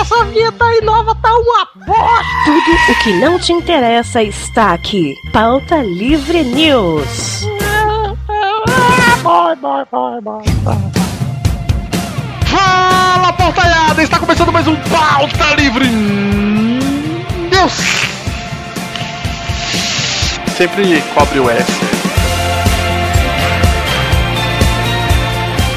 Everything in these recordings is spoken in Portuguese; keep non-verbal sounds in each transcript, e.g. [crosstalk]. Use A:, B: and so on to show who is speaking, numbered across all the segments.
A: Essa vinheta aí nova tá uma bosta!
B: Tudo o que não te interessa está aqui. Pauta Livre News.
A: Vai, vai, vai, vai.
C: Fala, pautalhada! Está começando mais um Pauta Livre! Deus! Sempre cobre o S.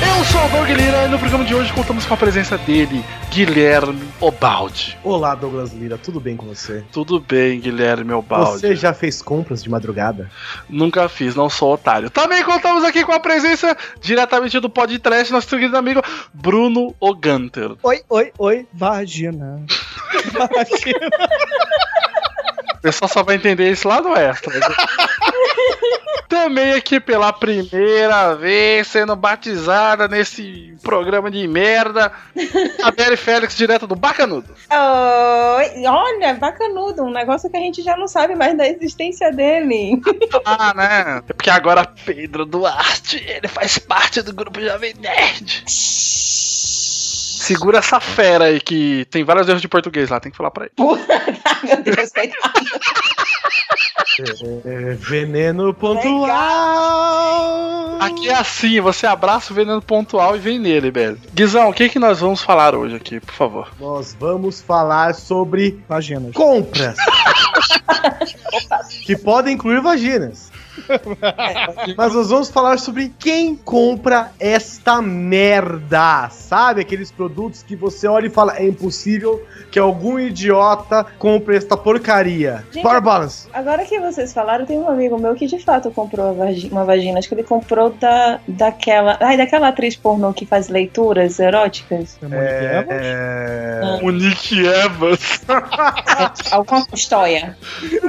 C: Eu sou o Doug Lira e no programa de hoje contamos com a presença dele, Guilherme Obaldi.
D: Olá, Douglas Lira, tudo bem com você?
C: Tudo bem, Guilherme Obaldi?
D: Você já fez compras de madrugada?
C: Nunca fiz, não sou otário. Também contamos aqui com a presença diretamente do podcast, nosso querido amigo Bruno Oganter.
E: Oi, oi, oi, vagina. Vagina.
C: O pessoal só vai entender esse lado extra. Também aqui pela primeira vez sendo batizada nesse programa de merda, a Mary Félix, direto do Bacanudo.
F: Oi, olha, bacanudo, um negócio que a gente já não sabe mais da existência dele. [laughs]
C: Ah, né? Porque agora Pedro Duarte, ele faz parte do grupo Jovem Nerd. Segura essa fera aí que tem vários erros de português lá, tem que falar pra ele.
F: Ai, Meu Deus, coitado.
D: [laughs] É, veneno pontual!
C: Aqui é assim, você abraça o veneno pontual e vem nele, velho. Guizão, o que, que nós vamos falar hoje aqui, por favor?
D: Nós vamos falar sobre
E: Vagina.
D: compras que podem incluir vaginas. Mas nós vamos falar sobre quem compra esta merda, sabe? Aqueles produtos que você olha e fala é impossível que algum idiota compre esta porcaria.
F: Gente,
D: Power Balance.
F: Agora que vocês falaram, tem um amigo meu que de fato comprou a vagi- uma vagina. Acho que ele comprou da, daquela. Ai, daquela atriz pornô que faz leituras eróticas.
E: É, é,
D: É...
C: O Nick Evans.
F: Alguma história.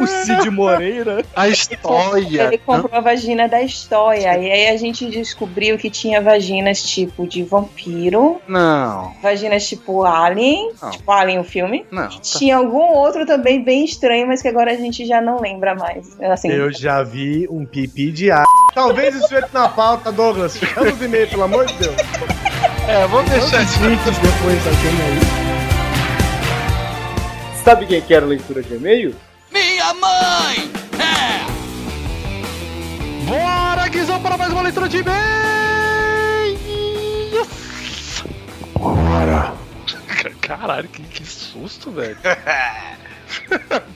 E: o Cid Moreira.
C: A história.
F: Ele comprou a vagina da história. E aí a gente descobriu que tinha vaginas tipo de vampiro,
C: Não,
F: vaginas tipo Alien,
C: Não.
F: tipo Alien o filme.
C: não.
F: E
C: tá.
F: Tinha algum outro também bem estranho, mas que agora a gente já não lembra mais. Assim,
D: Eu já vi um pipi de ar. Talvez isso entre na pauta, Douglas. Ficamos e meio, pelo amor de Deus.
C: É, vamos deixar isso.
E: Links depois alguém aí.
G: Sabe quem é quer leitura de e-mail?
C: Bora, Guizão, para mais uma leitura de e-mails! Bora! [laughs] Caralho, que, que susto, [laughs] velho!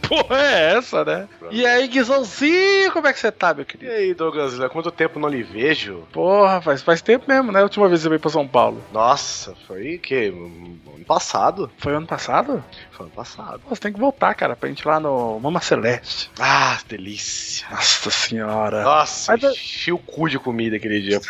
C: Porra, é essa, né? E aí, Guizãozinho, como é que você tá, meu
H: E
C: querido?
H: aí, Douglas, Lira, quanto tempo não lhe vejo?
C: Porra, faz, faz tempo mesmo, né? A última vez que você veio pra São Paulo.
H: Nossa, foi o quê? Um- Ano passado?
C: Foi ano passado?
H: Foi ano passado.
C: Pô, Você tem que voltar, cara, pra gente ir lá no Mama Celeste.
H: Ah, delícia.
C: Nossa senhora.
H: Nossa,
G: é-
C: Mas eu-
H: enchi o cu de comida aquele dia.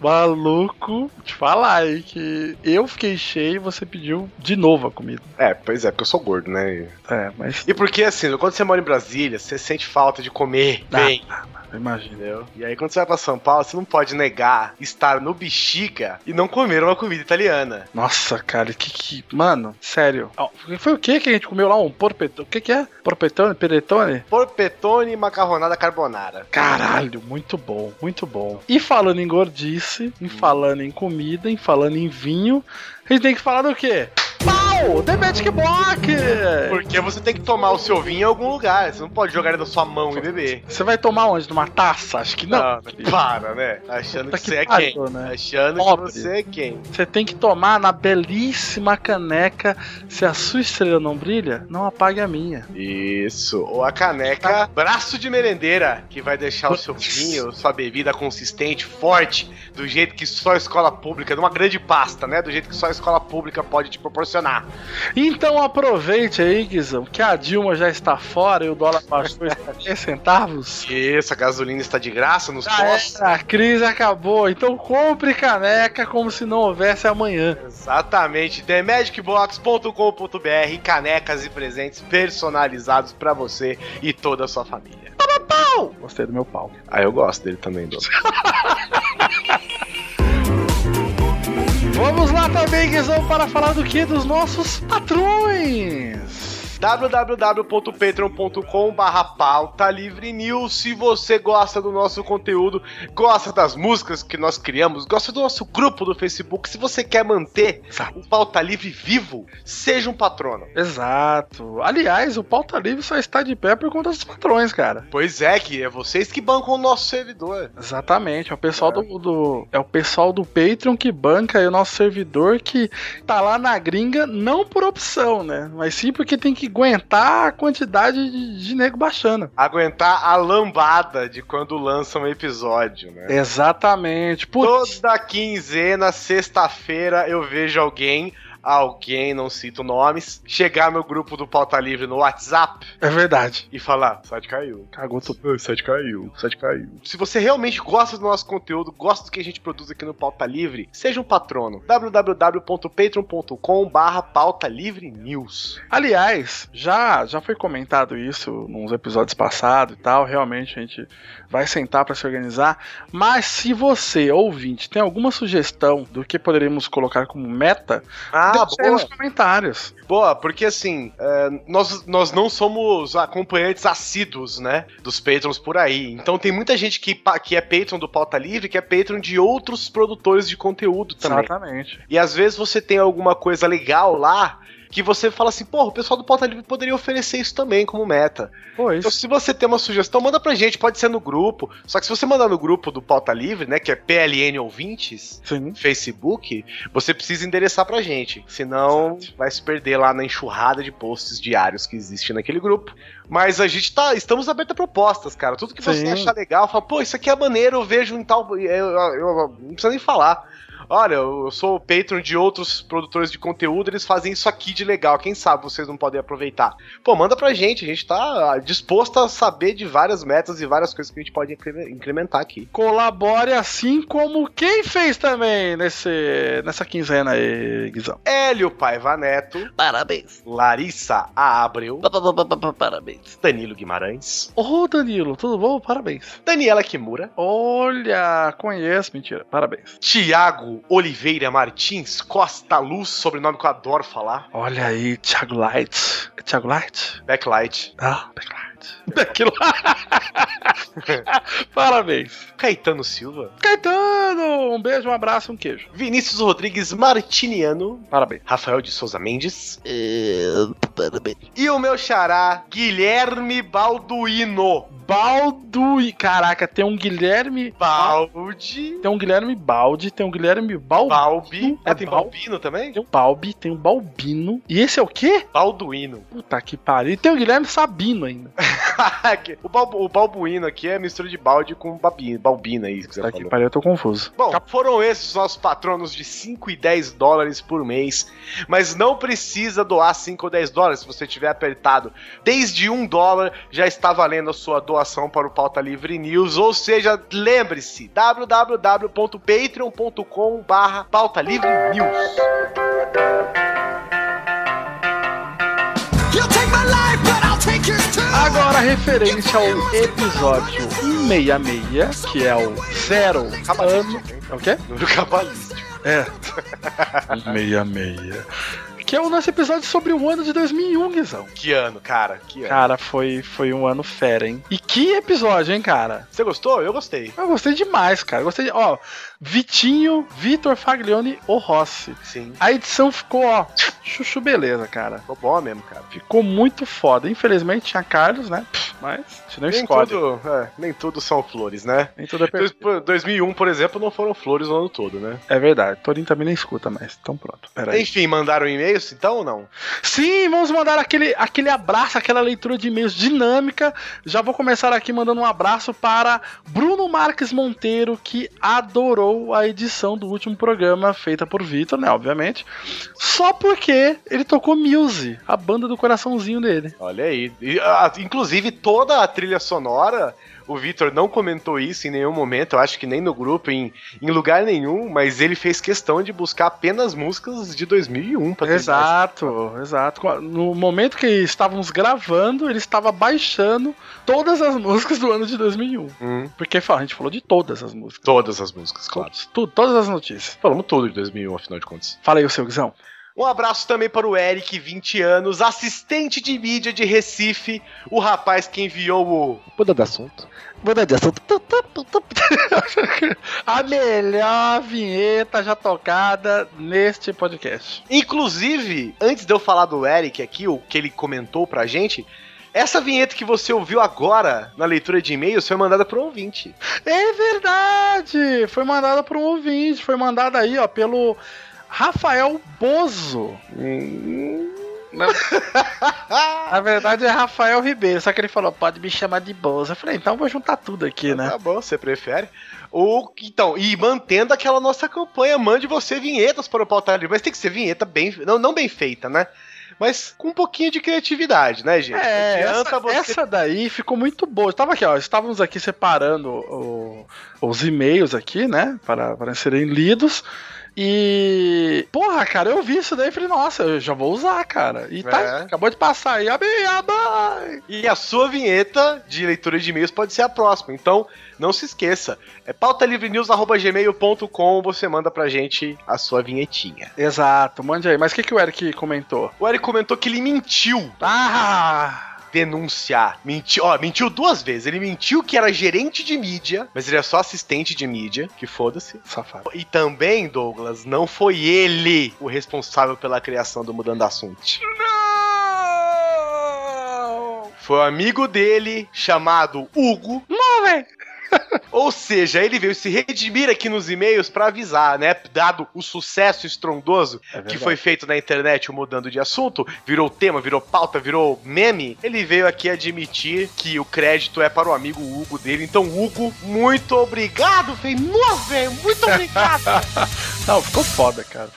C: Maluco, te falar, hein, que eu fiquei cheio e você pediu de novo a comida.
H: É, pois é, porque eu sou gordo, né?
C: É, mas
H: E porque assim, quando você mora em Brasília, você sente falta de comer
C: Ah.
H: bem,
C: imagina.
H: entendeu? E aí quando você vai pra São Paulo, você não pode negar estar no Bexiga e não comer uma comida italiana.
C: Nossa, cara, que que. Mano, sério. Ó, Foi o que que a gente comeu lá? Um porpetone. O que que é? Porpetone? Peretone?
H: Porpetone e macarronada carbonara.
C: Caralho, muito bom, muito bom. E falando em gordice, em falando em comida, em falando em vinho, a gente tem que falar do quê? Pau! The Magic Block!
H: Porque você tem que tomar o seu vinho em algum lugar, você não pode jogar ele da sua mão e beber.
C: Você vai tomar onde? Numa taça? Acho que não.
H: Não, para, né? Achando
C: Puta
H: que,
C: que
H: você é
C: pariu,
H: quem?
C: né?
H: Achando
C: Pobre.
H: que você é quem?
C: Você tem que tomar na belíssima caneca. Se a sua estrela não brilha, não apague a minha.
H: Isso. Ou a caneca braço de merendeira, que vai deixar o seu vinho, sua bebida consistente, forte, do jeito que só a escola pública, numa grande pasta, né? Do jeito que só a escola pública pode te proporcionar.
C: Então aproveite aí, Guizão, que a Dilma já está fora e o dólar [laughs] baixou em 10 centavos.
H: Isso, a gasolina está de graça nos
C: Já
H: postos.
C: era, a crise acabou. Então compre caneca como se não houvesse amanhã.
H: Exatamente, themagicbox.com.br, canecas e presentes personalizados pra você e toda a sua família.
C: Gostei do meu pau.
H: Ah, eu gosto dele também, Douglas.
C: Vamos lá também, Guizão, para falar do que? Dos nossos patrões.
H: www.patreon.com barra pauta livre news. Se você gosta do nosso conteúdo, gosta das músicas que nós criamos, gosta do nosso grupo do Facebook, se você quer manter
C: Exato.
H: o Pauta Livre vivo, seja um patrono.
C: Exato. Aliás, o Pauta Livre só está de pé por conta dos patrões, cara.
H: Pois é, que é vocês que bancam o nosso servidor.
C: Exatamente, é o pessoal do, do- É o pessoal do Patreon que banca aí o nosso servidor que tá lá na gringa, não por opção, né? Mas sim porque tem que aguentar a quantidade de, de nego baixando.
H: Aguentar a lambada de quando lança um episódio, né?
C: Exatamente. Putz,
H: Toda quinzena, sexta-feira, eu vejo alguém, alguém, não cito nomes, chegar no grupo do Pauta Livre no WhatsApp
C: é verdade.
H: e falar: site caiu.
C: Cagou tudo.
H: O site caiu, o site caiu. Se você realmente gosta do nosso conteúdo, gosta do que a gente produz aqui no Pauta Livre, seja um patrono. www.patreon.com barra Pauta Livre News.
C: Aliás, já, já foi comentado isso nos episódios passados e tal. Realmente a gente vai sentar para se organizar. Mas se você, ouvinte, tem alguma sugestão do que poderíamos colocar como meta,
H: Ah,
C: deixa aí nos comentários.
H: Boa, porque assim, é, nós, nós não somos acompanhantes assíduos, né? Dos patrons por aí. Então tem muita gente que, pa- que é patron do Pauta Livre, que é patron de outros produtores de conteúdo também.
C: Exatamente.
H: E às vezes você tem alguma coisa legal lá que você fala assim, pô, o pessoal do Pauta Livre poderia oferecer isso também como meta.
C: Pois.
H: Então se você tem uma sugestão, manda pra gente, pode ser no grupo. Só que se você mandar no grupo do Pauta Livre, né, que é PLN Ouvintes,
C: Sim.
H: Facebook, você precisa endereçar pra gente. Senão vai se perder lá na enxurrada de posts diários que existe naquele grupo. Mas a gente tá. Estamos abertos a propostas, cara. Tudo que você
C: Sim.
H: achar legal, fala, pô, isso aqui é maneiro, eu vejo em tal. Eu, eu- eu- não precisa nem falar. Olha, eu sou o patron de outros produtores de conteúdo, eles fazem isso aqui de legal. Quem sabe vocês não podem aproveitar? Pô, manda pra gente, a gente tá ah, disposto a saber de várias metas e várias coisas que a gente pode incre- incrementar aqui.
C: Colabore assim como quem fez também nesse, nessa quinzena aí, Guizão.
H: Hélio Paiva Neto.
A: Parabéns.
H: Larissa Abreu,
A: Pa- pa- pa- pa- pa- Parabéns.
H: Danilo Guimarães,
C: Ô, Danilo, tudo bom? Parabéns.
H: Daniela Kimura,
C: Olha, conheço, mentira, parabéns.
H: Tiago Oliveira Martins Costa Luz, sobrenome que eu adoro falar,
C: Olha aí, Thiago Light. É Thiago Light?
H: Backlight,
C: Ah, [laughs] Backlight. Backlight. [laughs] parabéns.
H: Caetano Silva,
C: Caetano, um beijo, um abraço, um queijo.
H: Vinícius Rodrigues Martiniano,
C: Parabéns.
H: Rafael de Souza Mendes
A: É, Parabéns.
H: e o meu xará Guilherme Balduino.
C: Balduí. Caraca, tem um Guilherme.
H: Baldi.
C: Tem um Guilherme Balde, tem um Guilherme Balde.
H: Balbi.
C: É
H: Ah, tem
C: Bal-
H: Balbino também?
C: Tem o Balbi, tem o Balbino. E esse é o quê?
H: Balduino.
C: Puta que pariu. E tem o Guilherme Sabino ainda.
H: [laughs] o, Balbu- o Balbuino aqui é mistura de balde com babi- balbina, aí que você
C: Puta
H: falou.
C: que pariu, eu tô confuso.
H: Bom, foram esses os nossos patronos de 5 e 10 dólares por mês, mas não precisa doar 5 ou 10 dólares se você tiver apertado. Desde 1 dólar já está valendo a sua doação para o Pauta Livre News, ou seja, lembre-se, www.patreon.com barra Pauta Livre News.
C: Agora, referente ao episódio 166, que é o zero ano... É o quê?
H: Número [laughs] cabalístico.
C: É. 166. Que é o nosso episódio sobre o ano de 2001, Guizão.
H: Que ano, cara, que ano.
C: Cara, foi, foi um ano fera, hein? E que episódio, hein, cara?
H: Você gostou? Eu gostei.
C: Eu gostei demais, cara. Gostei de... Ó, Vitinho, Vitor Faglione, o Rossi.
H: Sim.
C: A edição ficou, ó, chuchu beleza, cara.
H: Ficou bom mesmo, cara.
C: Ficou muito foda. Infelizmente tinha Carlos, né? Pff, Mas a gente não
H: Nem
C: escolhe.
H: tudo, é, nem tudo são flores, né?
C: Nem tudo é perfeito.
H: Dois- 2001, por exemplo, não foram flores o ano todo, né?
C: É verdade. Torinho também nem escuta mais. Então pronto. Peraí.
H: Enfim, mandaram e-mails então ou não?
C: Sim, vamos mandar aquele, aquele abraço, aquela leitura de e-mails dinâmica. Já vou começar aqui mandando um abraço para Bruno Marques Monteiro, que adorou a edição do último programa, feita por Vitor, né? Obviamente. Só porque ele tocou Muse, a banda do coraçãozinho dele.
H: Olha aí. E, ah, inclusive, toda a trilha sonora, o Vitor não comentou isso em nenhum momento, eu acho que nem no grupo, em, em lugar nenhum, mas ele fez questão de buscar apenas músicas de 2001 pra trilhar
C: Exato, exato. No momento que estávamos gravando, ele estava baixando todas as músicas do ano de 2001.
H: isso. Hum,
C: Porque fala, a gente falou de todas as músicas.
H: todas as músicas, claro.
C: Tudo, todas as notícias.
H: Falamos tudo de 2001, afinal de contas.
C: Fala aí o seu Guizão.
H: Um abraço também para o Eric, 20 anos, assistente de mídia de Recife, o rapaz que enviou o.
I: Muda de assunto.
A: Mudar de assunto. Tu, tu, tu, tu.
C: [laughs] A melhor vinheta já tocada neste podcast.
H: Inclusive, antes de eu falar do Eric aqui, o que ele comentou pra gente, essa vinheta que você ouviu agora na leitura de e-mails foi mandada por um ouvinte.
C: É verdade! Foi mandada por um ouvinte, foi mandada aí, ó, pelo Rafael Bozo. Hum,
H: [laughs]
C: Não. Na verdade é Rafael Ribeiro, só que ele falou, pode me chamar de Bozo. Eu falei, então eu vou juntar tudo aqui, né?
H: Tá bom, você prefere. Ou, então, e mantendo aquela nossa campanha, mande você vinhetas para o Pauta Livre, mas tem que ser vinheta bem, não, não bem feita, né? Mas com um pouquinho de criatividade, né, gente?
C: É,
H: Não
C: essa, essa daí ficou muito boa. Estava aqui, ó. Estávamos aqui separando o- os e-mails aqui, né? Para, para serem lidos. E. Porra, cara, eu vi isso daí e falei, nossa, eu já vou usar, cara. E tá,
H: É.
C: acabou de passar aí. Abre, abre.
H: E a sua vinheta de leitura de e-mails pode ser a próxima. Então, não se esqueça. É pautalivrenews.gmail.com Você manda pra gente a sua vinhetinha.
C: Exato, mande aí. Mas o que, que o Eric comentou?
H: O Eric comentou que ele mentiu.
C: Ah!
H: Denunciar. Mentiu, ó, mentiu duas vezes. Ele mentiu que era gerente de mídia, mas ele é só assistente de mídia. Que foda-se.
C: Safado.
H: E também, Douglas, não foi ele o responsável pela criação do Mudando Assunto.
C: Não!
H: Foi um amigo dele, chamado Hugo.
C: véi.
H: [laughs] Ou seja, ele veio se redimir aqui nos e-mails pra avisar, né? Dado o sucesso estrondoso
C: É
H: que foi feito na internet, o mudando de assunto, virou tema, virou pauta, virou meme. Ele veio aqui admitir que o crédito é para o amigo Hugo dele. Então, Hugo, muito obrigado, velho. Nossa, velho, muito obrigado.
C: [laughs] Não, ficou foda, cara.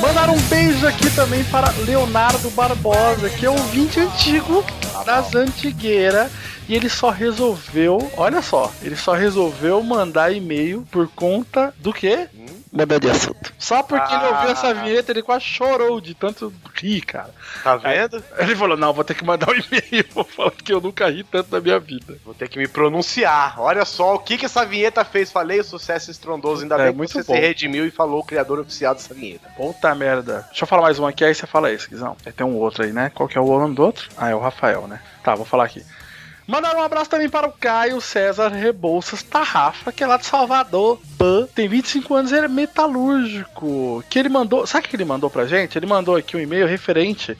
C: Mandaram um beijo aqui também para Leonardo Barbosa, que é um ouvinte antigo das Antigueira. E ele só resolveu, olha só, ele só resolveu mandar e-mail por conta do quê?
A: Mudar Hum? de assunto.
C: Só porque ele ouviu
H: Ah.
C: essa vinheta, ele quase chorou de tanto rir, cara.
H: tá vendo?
C: Ele falou: Não, vou ter que mandar um e-mail, [laughs] vou falar que eu nunca ri tanto na minha vida.
H: Vou ter que me pronunciar. Olha só o que, que essa vinheta fez. Falei o sucesso estrondoso. Ainda
C: É,
H: bem que
C: muito
H: você
C: bom.
H: se redimiu e falou o criador oficial dessa vinheta.
C: Puta merda. Deixa eu falar mais um aqui, aí você fala esse, Guizão. Aí Tem um outro aí, né? Qual que é o nome do outro? Ah, é o Rafael, né? Tá, vou falar aqui. Mandaram um abraço também para o Caio César Rebouças Tarrafa, que é lá de Salvador, Ban. Tem 25 anos, ele é metalúrgico. Que ele mandou. Sabe o que ele mandou pra gente? Ele mandou aqui um e-mail referente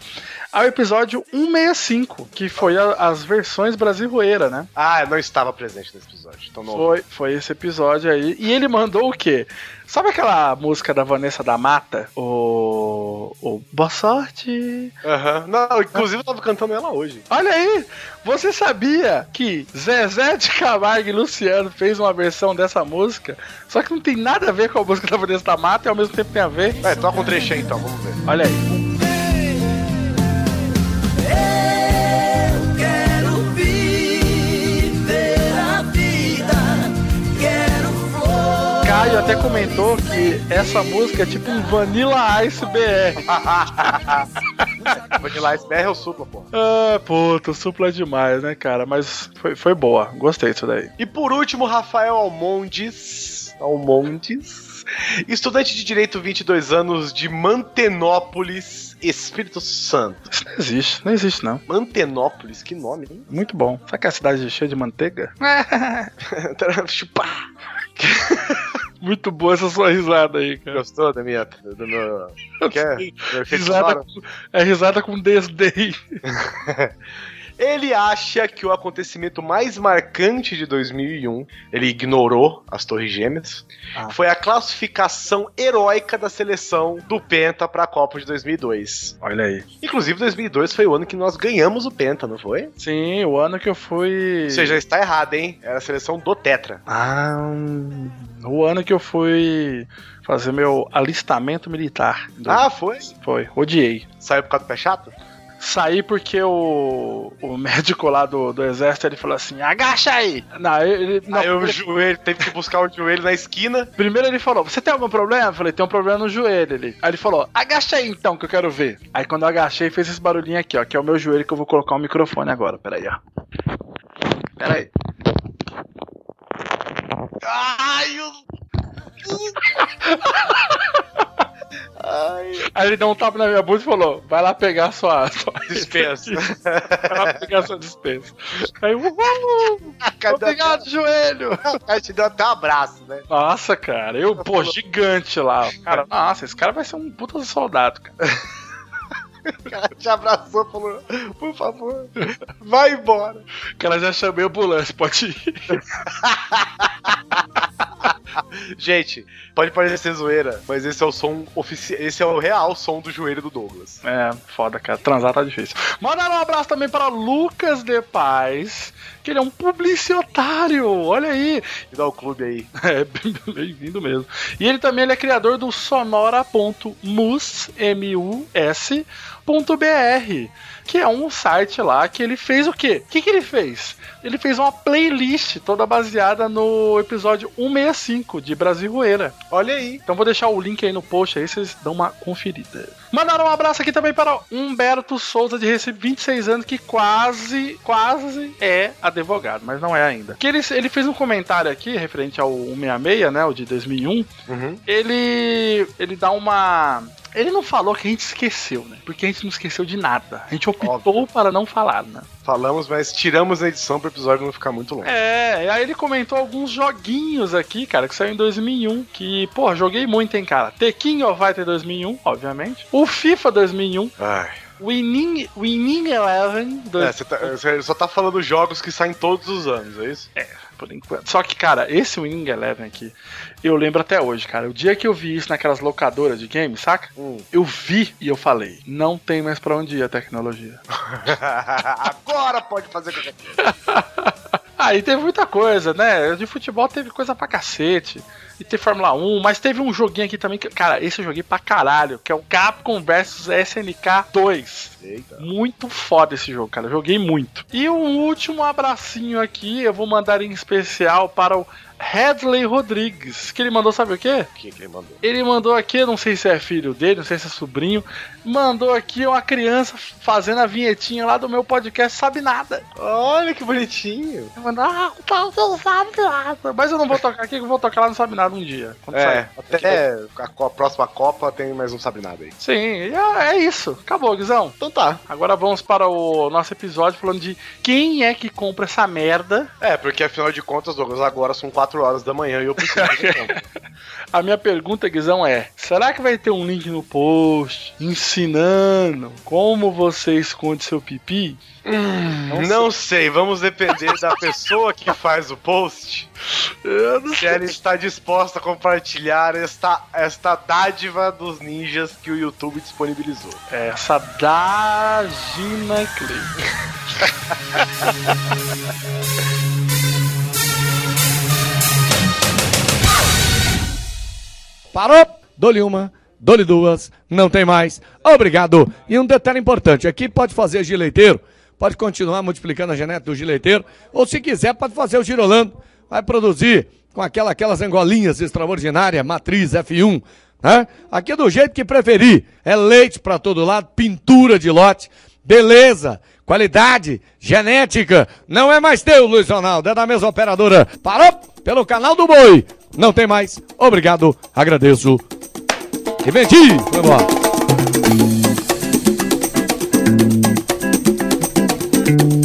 C: ao episódio 165, que foi a- as versões brasileira, né?
H: Ah, eu não estava presente nesse episódio. Então não
C: Foi, foi esse episódio aí. E ele mandou o quê? Sabe aquela música da Vanessa da Mata? O. o Boa sorte.
H: Aham. Não, inclusive eu tava cantando ela hoje.
C: Olha aí! Você sabia que Zezé de Camargo e Luciano fez uma versão dessa música? Só que não tem nada a ver com a música da Vanessa da Mata e ao mesmo tempo tem a ver.
H: É, toca um trecho aí então, vamos ver.
C: Olha aí. Caio até comentou que essa música é tipo um Vanilla Ice BR.
H: Vanilla Iceberg é o supla, porra.
C: Ah, puta, o supla é demais, né, cara? Mas foi, foi boa, gostei disso daí.
H: E por último, Rafael Almondes. Almondes. Estudante de Direito, 22 anos, de Mantenópolis, Espírito Santo.
C: Isso não existe, não existe não.
H: Mantenópolis, que nome, hein? [laughs]
C: Muito bom. Sabe que é a cidade é cheia de manteiga? [laughs]
H: Chupá.
C: Muito boa essa sua risada aí, cara.
H: Gostou da minha. Do meu. [laughs] Que é? Meu efeito
C: Risada
H: sonoro?
C: com, é risada com desdém.
H: Ele acha que o acontecimento mais marcante de 2001, ele ignorou as Torres Gêmeas,
C: Ah.
H: foi a classificação heróica da seleção do Penta para a Copa de 2002.
C: Olha aí.
H: Inclusive, 2002 foi o ano que nós ganhamos o Penta, não foi?
C: Sim, o ano que eu fui.
H: Você já está errado, hein? Era a seleção do Tetra.
C: Ah, hum, o ano que eu fui fazer meu alistamento militar.
H: Ah, foi?
C: Foi, odiei.
H: Saiu por causa do pé chato?
C: Saí porque o, o médico lá do, do exército ele falou assim: agacha aí! Não, ele, não,
H: Aí o joelho, teve que buscar o joelho na esquina.
C: Primeiro ele falou: Você tem algum problema? Eu falei: Tem um problema no joelho. Ele. Aí ele falou: Agacha aí então que eu quero ver. Aí quando eu agachei, fez esse barulhinho aqui, ó, que é o meu joelho que eu vou colocar o microfone agora. Peraí, ó. Peraí.
H: Ai, o...
C: Aí ele deu um tapa na minha bunda e falou: vai lá pegar sua, sua [laughs]
H: Dispensa.
C: vai lá pegar sua dispensa. Aí eu, "Uau,
H: Cada...
C: obrigado, joelho!
H: Aí te deu até um abraço, né?
C: Nossa, cara, eu, pô, gigante lá. Cara, nossa, esse cara vai ser um puta soldado, cara.
H: O cara te abraçou e falou, por favor, vai embora.
C: Cara, já chamei a ambulância, pode ir.
H: Gente, pode parecer zoeira, mas esse é o som oficial. Esse é o real som do joelho do Douglas.
C: É, foda, cara. Transar tá difícil. Mandar um abraço também para Lucas De Paz, que ele é um publicitário. Olha aí.
H: E dá o clube aí.
C: [laughs] É, bem-vindo mesmo. E ele também ele é criador do sonora.mus, M-U-S, ponto .br, que é um site lá que ele fez o quê? O que, que ele fez? Ele fez uma playlist toda baseada no episódio 165 de Brasil Roeira.
H: Olha aí.
C: Então vou deixar o link aí no post, aí vocês dão uma conferida. Mandaram um abraço aqui também para Humberto Souza, de Recife, 26 anos, que quase, quase é advogado, mas não é ainda. Que ele, ele fez um comentário aqui, referente ao 166, né, o de 2001.
H: Uhum.
C: Ele, ele dá uma... Ele não falou que a gente esqueceu, né? Porque a gente não esqueceu de nada. A gente optou para não falar, né?
H: Falamos, mas tiramos a edição pro episódio não ficar muito longo.
C: É, e aí ele comentou alguns joguinhos aqui, cara, que saiu em 2001, que, pô, joguei muito, hein, cara. The King of Fighters 2001, obviamente. O FIFA 2001,
H: Ai.
C: Winning, Winning Eleven
H: É,
C: 2001,
H: você, tá- você só tá falando jogos que saem todos os anos, é isso?
C: por enquanto. Só que, cara, esse Winning Eleven aqui, eu lembro até hoje, cara. O dia que eu vi isso naquelas locadoras de games, saca?
H: Hum.
C: Eu vi e eu falei, não tem mais pra onde ir a tecnologia.
H: [laughs] Agora pode fazer qualquer coisa.
C: Ah, e teve muita coisa, né? De futebol teve coisa pra cacete. E teve Fórmula 1, mas teve um joguinho aqui também que, cara, esse eu joguei pra caralho, que é o Capcom vs SNK 2.
H: Eita.
C: Muito foda esse jogo, cara. eu Joguei muito. E um último abracinho aqui, eu vou mandar em especial para o Hedley Rodrigues, que ele mandou, sabe o quê?
H: O é que, que ele mandou?
C: Ele mandou aqui, eu não sei se é filho dele, não sei se é sobrinho, mandou aqui uma criança fazendo a vinhetinha lá do meu podcast Sabe Nada.
H: Olha que bonitinho.
C: Eu mando, ah, o Paulo não sabe nada. Mas eu não vou tocar aqui, que eu vou tocar lá no Sabe Nada um dia. Quando
H: É,
C: sair.
H: até a, co- a próxima Copa tem mais um Sabe Nada aí.
C: Sim, e é, é isso. Acabou, Guizão.
H: Então tá.
C: Agora vamos para o nosso episódio falando de quem é que compra essa merda.
H: É, porque afinal de contas, Douglas, agora são 4 horas da manhã e eu preciso de tempo.
C: A minha pergunta, Guizão, é: será que vai ter um link no post ensinando como você esconde seu pipi?
H: Não sei, vamos depender da pessoa que faz o post.
C: Eu não
H: Se ela está disposta a compartilhar esta, esta dádiva dos ninjas que o YouTube disponibilizou.
C: Essa da Gina Clay.
I: Parou! Dou-lhe uma, dou-lhe duas, não tem mais. Obrigado! E um detalhe importante: aqui pode fazer gileiteiro, pode continuar multiplicando a genética do gileiteiro, ou se quiser, pode fazer o girolando. Vai produzir com aquela, aquelas angolinhas extraordinárias, matriz F1. Né? Aqui é do jeito que preferir. É leite para todo lado, pintura de lote, beleza, qualidade, genética. Não é mais teu, Luiz Ronaldo, é da mesma operadora. Parou! Pelo canal do Boi. Não tem mais. Obrigado, agradeço. E vendi! Foi embora.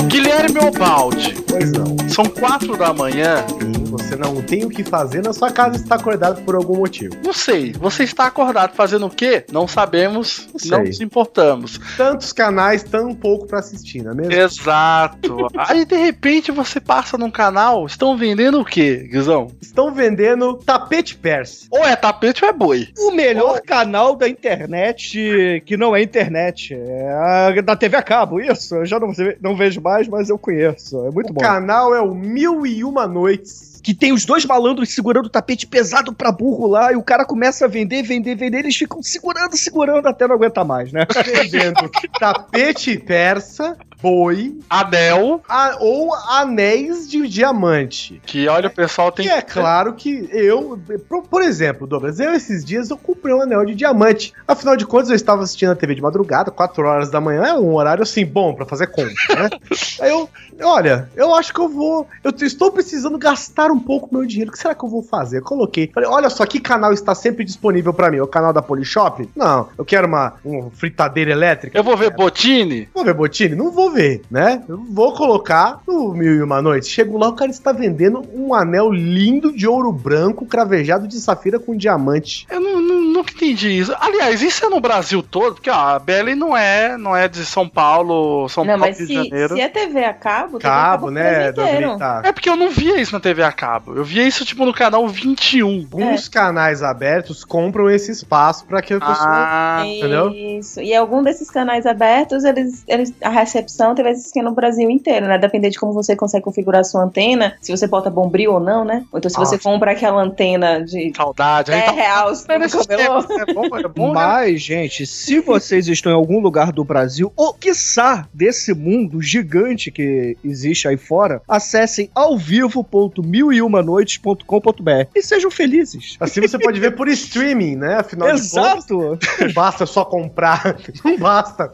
C: Guilherme Obaldi.
D: Pois não.
C: São quatro da manhã.
D: Sim, você não tem o que fazer na sua casa e está acordado por algum motivo.
C: Não sei. Você está acordado fazendo o quê? Não sabemos,
D: Não sei.
C: não nos importamos.
D: Tantos canais, tão pouco pra assistir, não é mesmo?
C: Exato. Aí de repente você passa num canal, estão vendendo o quê, Guizão?
D: Estão vendendo tapete persa.
C: Ou é tapete ou é boi.
E: O melhor canal da internet, que não é internet, é a- da TV a cabo, isso. Eu já não, ve- não vejo mais, mas eu conheço. É muito
D: o
E: bom.
D: canal é o Mil e Uma Noites.
E: Que tem os dois malandros segurando o tapete pesado pra burro lá, e o cara começa a vender, vender, vender, eles ficam segurando, segurando até não aguentar mais, né?
D: Vendendo tapete persa boi
C: Anel,
D: a- ou anéis de diamante.
C: que olha, o pessoal tem.
D: E é claro que eu, por, por exemplo, Douglas, eu esses dias eu comprei um anel de diamante. Afinal de contas, eu estava assistindo a TV de madrugada, 4 horas da manhã, é um horário assim bom pra fazer compra,
C: [laughs]
D: né? Aí eu, olha, eu acho que eu vou, eu t- estou precisando gastar um pouco meu dinheiro. O que será que eu vou fazer? Eu coloquei, falei, olha só que canal está sempre disponível pra mim, o canal da Polishop? Não, eu quero uma um fritadeira elétrica.
C: Eu vou ver Botini.
D: Vou ver Botini? Não vou ver, né? Eu vou colocar no Mil e Uma Noite. Chego lá, o cara está vendendo um anel lindo de ouro branco, cravejado de safira com diamante.
C: Eu não, não- nunca entendi isso. Aliás, isso é no Brasil todo, porque ó, a Belly não é, não é de São Paulo, São
F: Não,
C: Paulo
F: mas
C: Rio
F: se,
C: de Janeiro.
F: se é TV a cabo, TV a
D: Cabo, né,
F: pro Brasil
D: Douglas?
F: inteiro.
D: Tá.
C: É porque eu não via isso na TV a cabo. Eu via isso, tipo, no canal 21.
D: Alguns canais abertos compram esse espaço para que a pessoa.
C: Ah,
D: entendeu?
F: Isso. E algum desses canais abertos, eles, eles, a recepção tem vezes que é no Brasil inteiro, né? Depender de como você consegue configurar a sua antena, se você bota bombril ou não, né? Ou então se você compra aquela antena de
C: saudade. Aí
F: 10
C: tá
F: reais pro
C: esses
F: camelô.
C: tempos, é bom, é bom, né?
E: Mas, gente, se vocês estão em algum lugar do Brasil, ou quiçá desse mundo gigante que existe aí fora, acessem ao vivo.milueumanoites.com.br e sejam felizes.
D: Assim você pode ver por streaming, né? Afinal de
E: [laughs] Exato!
D: contas, não basta só comprar. [laughs] Não basta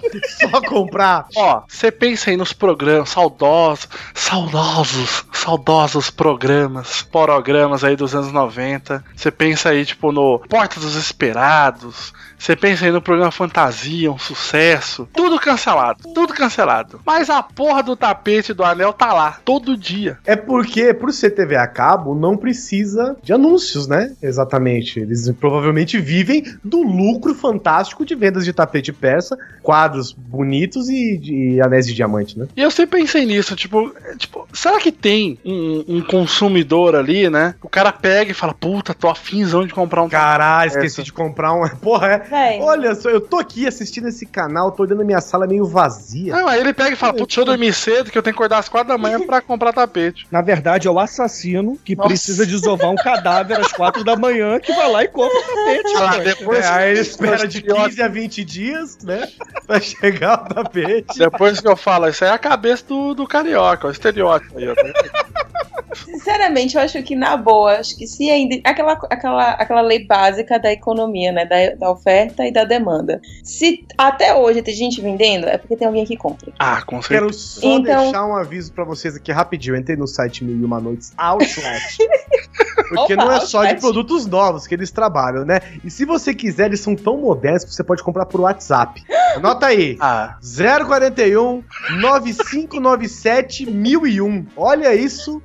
D: só comprar.
C: Ó, você pensa aí nos programas saudosos, saudosos, saudosos programas, programas aí dos anos 90. Você pensa aí, tipo, no Porta dos Esperados. Você pensa aí no programa Fantasia, um sucesso. Tudo cancelado, tudo cancelado. Mas a porra do tapete do anel tá lá, todo dia.
D: É porque, por ser TV a cabo, não precisa de anúncios, né? Exatamente. Eles provavelmente vivem do lucro fantástico de vendas de tapete persa, quadros bonitos e de anéis de diamante, né?
C: E eu sempre pensei nisso, tipo, é, tipo será que tem um, um consumidor ali, né? O cara pega e fala, puta, tô afinzão de comprar um
D: Caralho, esqueci
C: Essa.
D: de comprar um. [laughs] Porra, é.
F: Véi,
D: Olha só, eu tô aqui assistindo esse canal, tô olhando a minha sala meio vazia.
C: Não, aí ele pega e fala, putz, deixa eu dormir cedo que eu tenho que acordar às quatro da manhã pra comprar [laughs] tapete.
E: Na verdade, é o assassino que
C: Nossa.
E: precisa desovar um cadáver às quatro da manhã que vai lá e compra o tapete.
C: Ah,
E: rapaz.
C: depois,
D: É, aí ele espera de
C: idiota.
D: 15 a 20 dias, né? [laughs] Pra chegar o tapete.
C: depois que eu falo, isso aí é a cabeça do, do carioca, é o estereótipo aí, ó.
F: sinceramente, eu acho que na boa, acho que se ainda. Aquela, aquela, aquela lei básica da economia, né? Da, da oferta e da demanda. Se até hoje tem gente vendendo, é porque tem alguém que compra.
C: [laughs] Ah, com certeza.
D: Quero só
F: Então-
D: deixar um aviso pra vocês aqui rapidinho. Eu entrei no site Mil e Uma Noites
F: [laughs]
D: Outlet. Porque
F: Opa,
D: não é só de
F: Outlet.
D: produtos novos que eles trabalham, né? E se você quiser, eles são tão modernos que você pode comprar por WhatsApp. Anota aí.
C: Ah,
D: 041 9597 1001. Olha isso.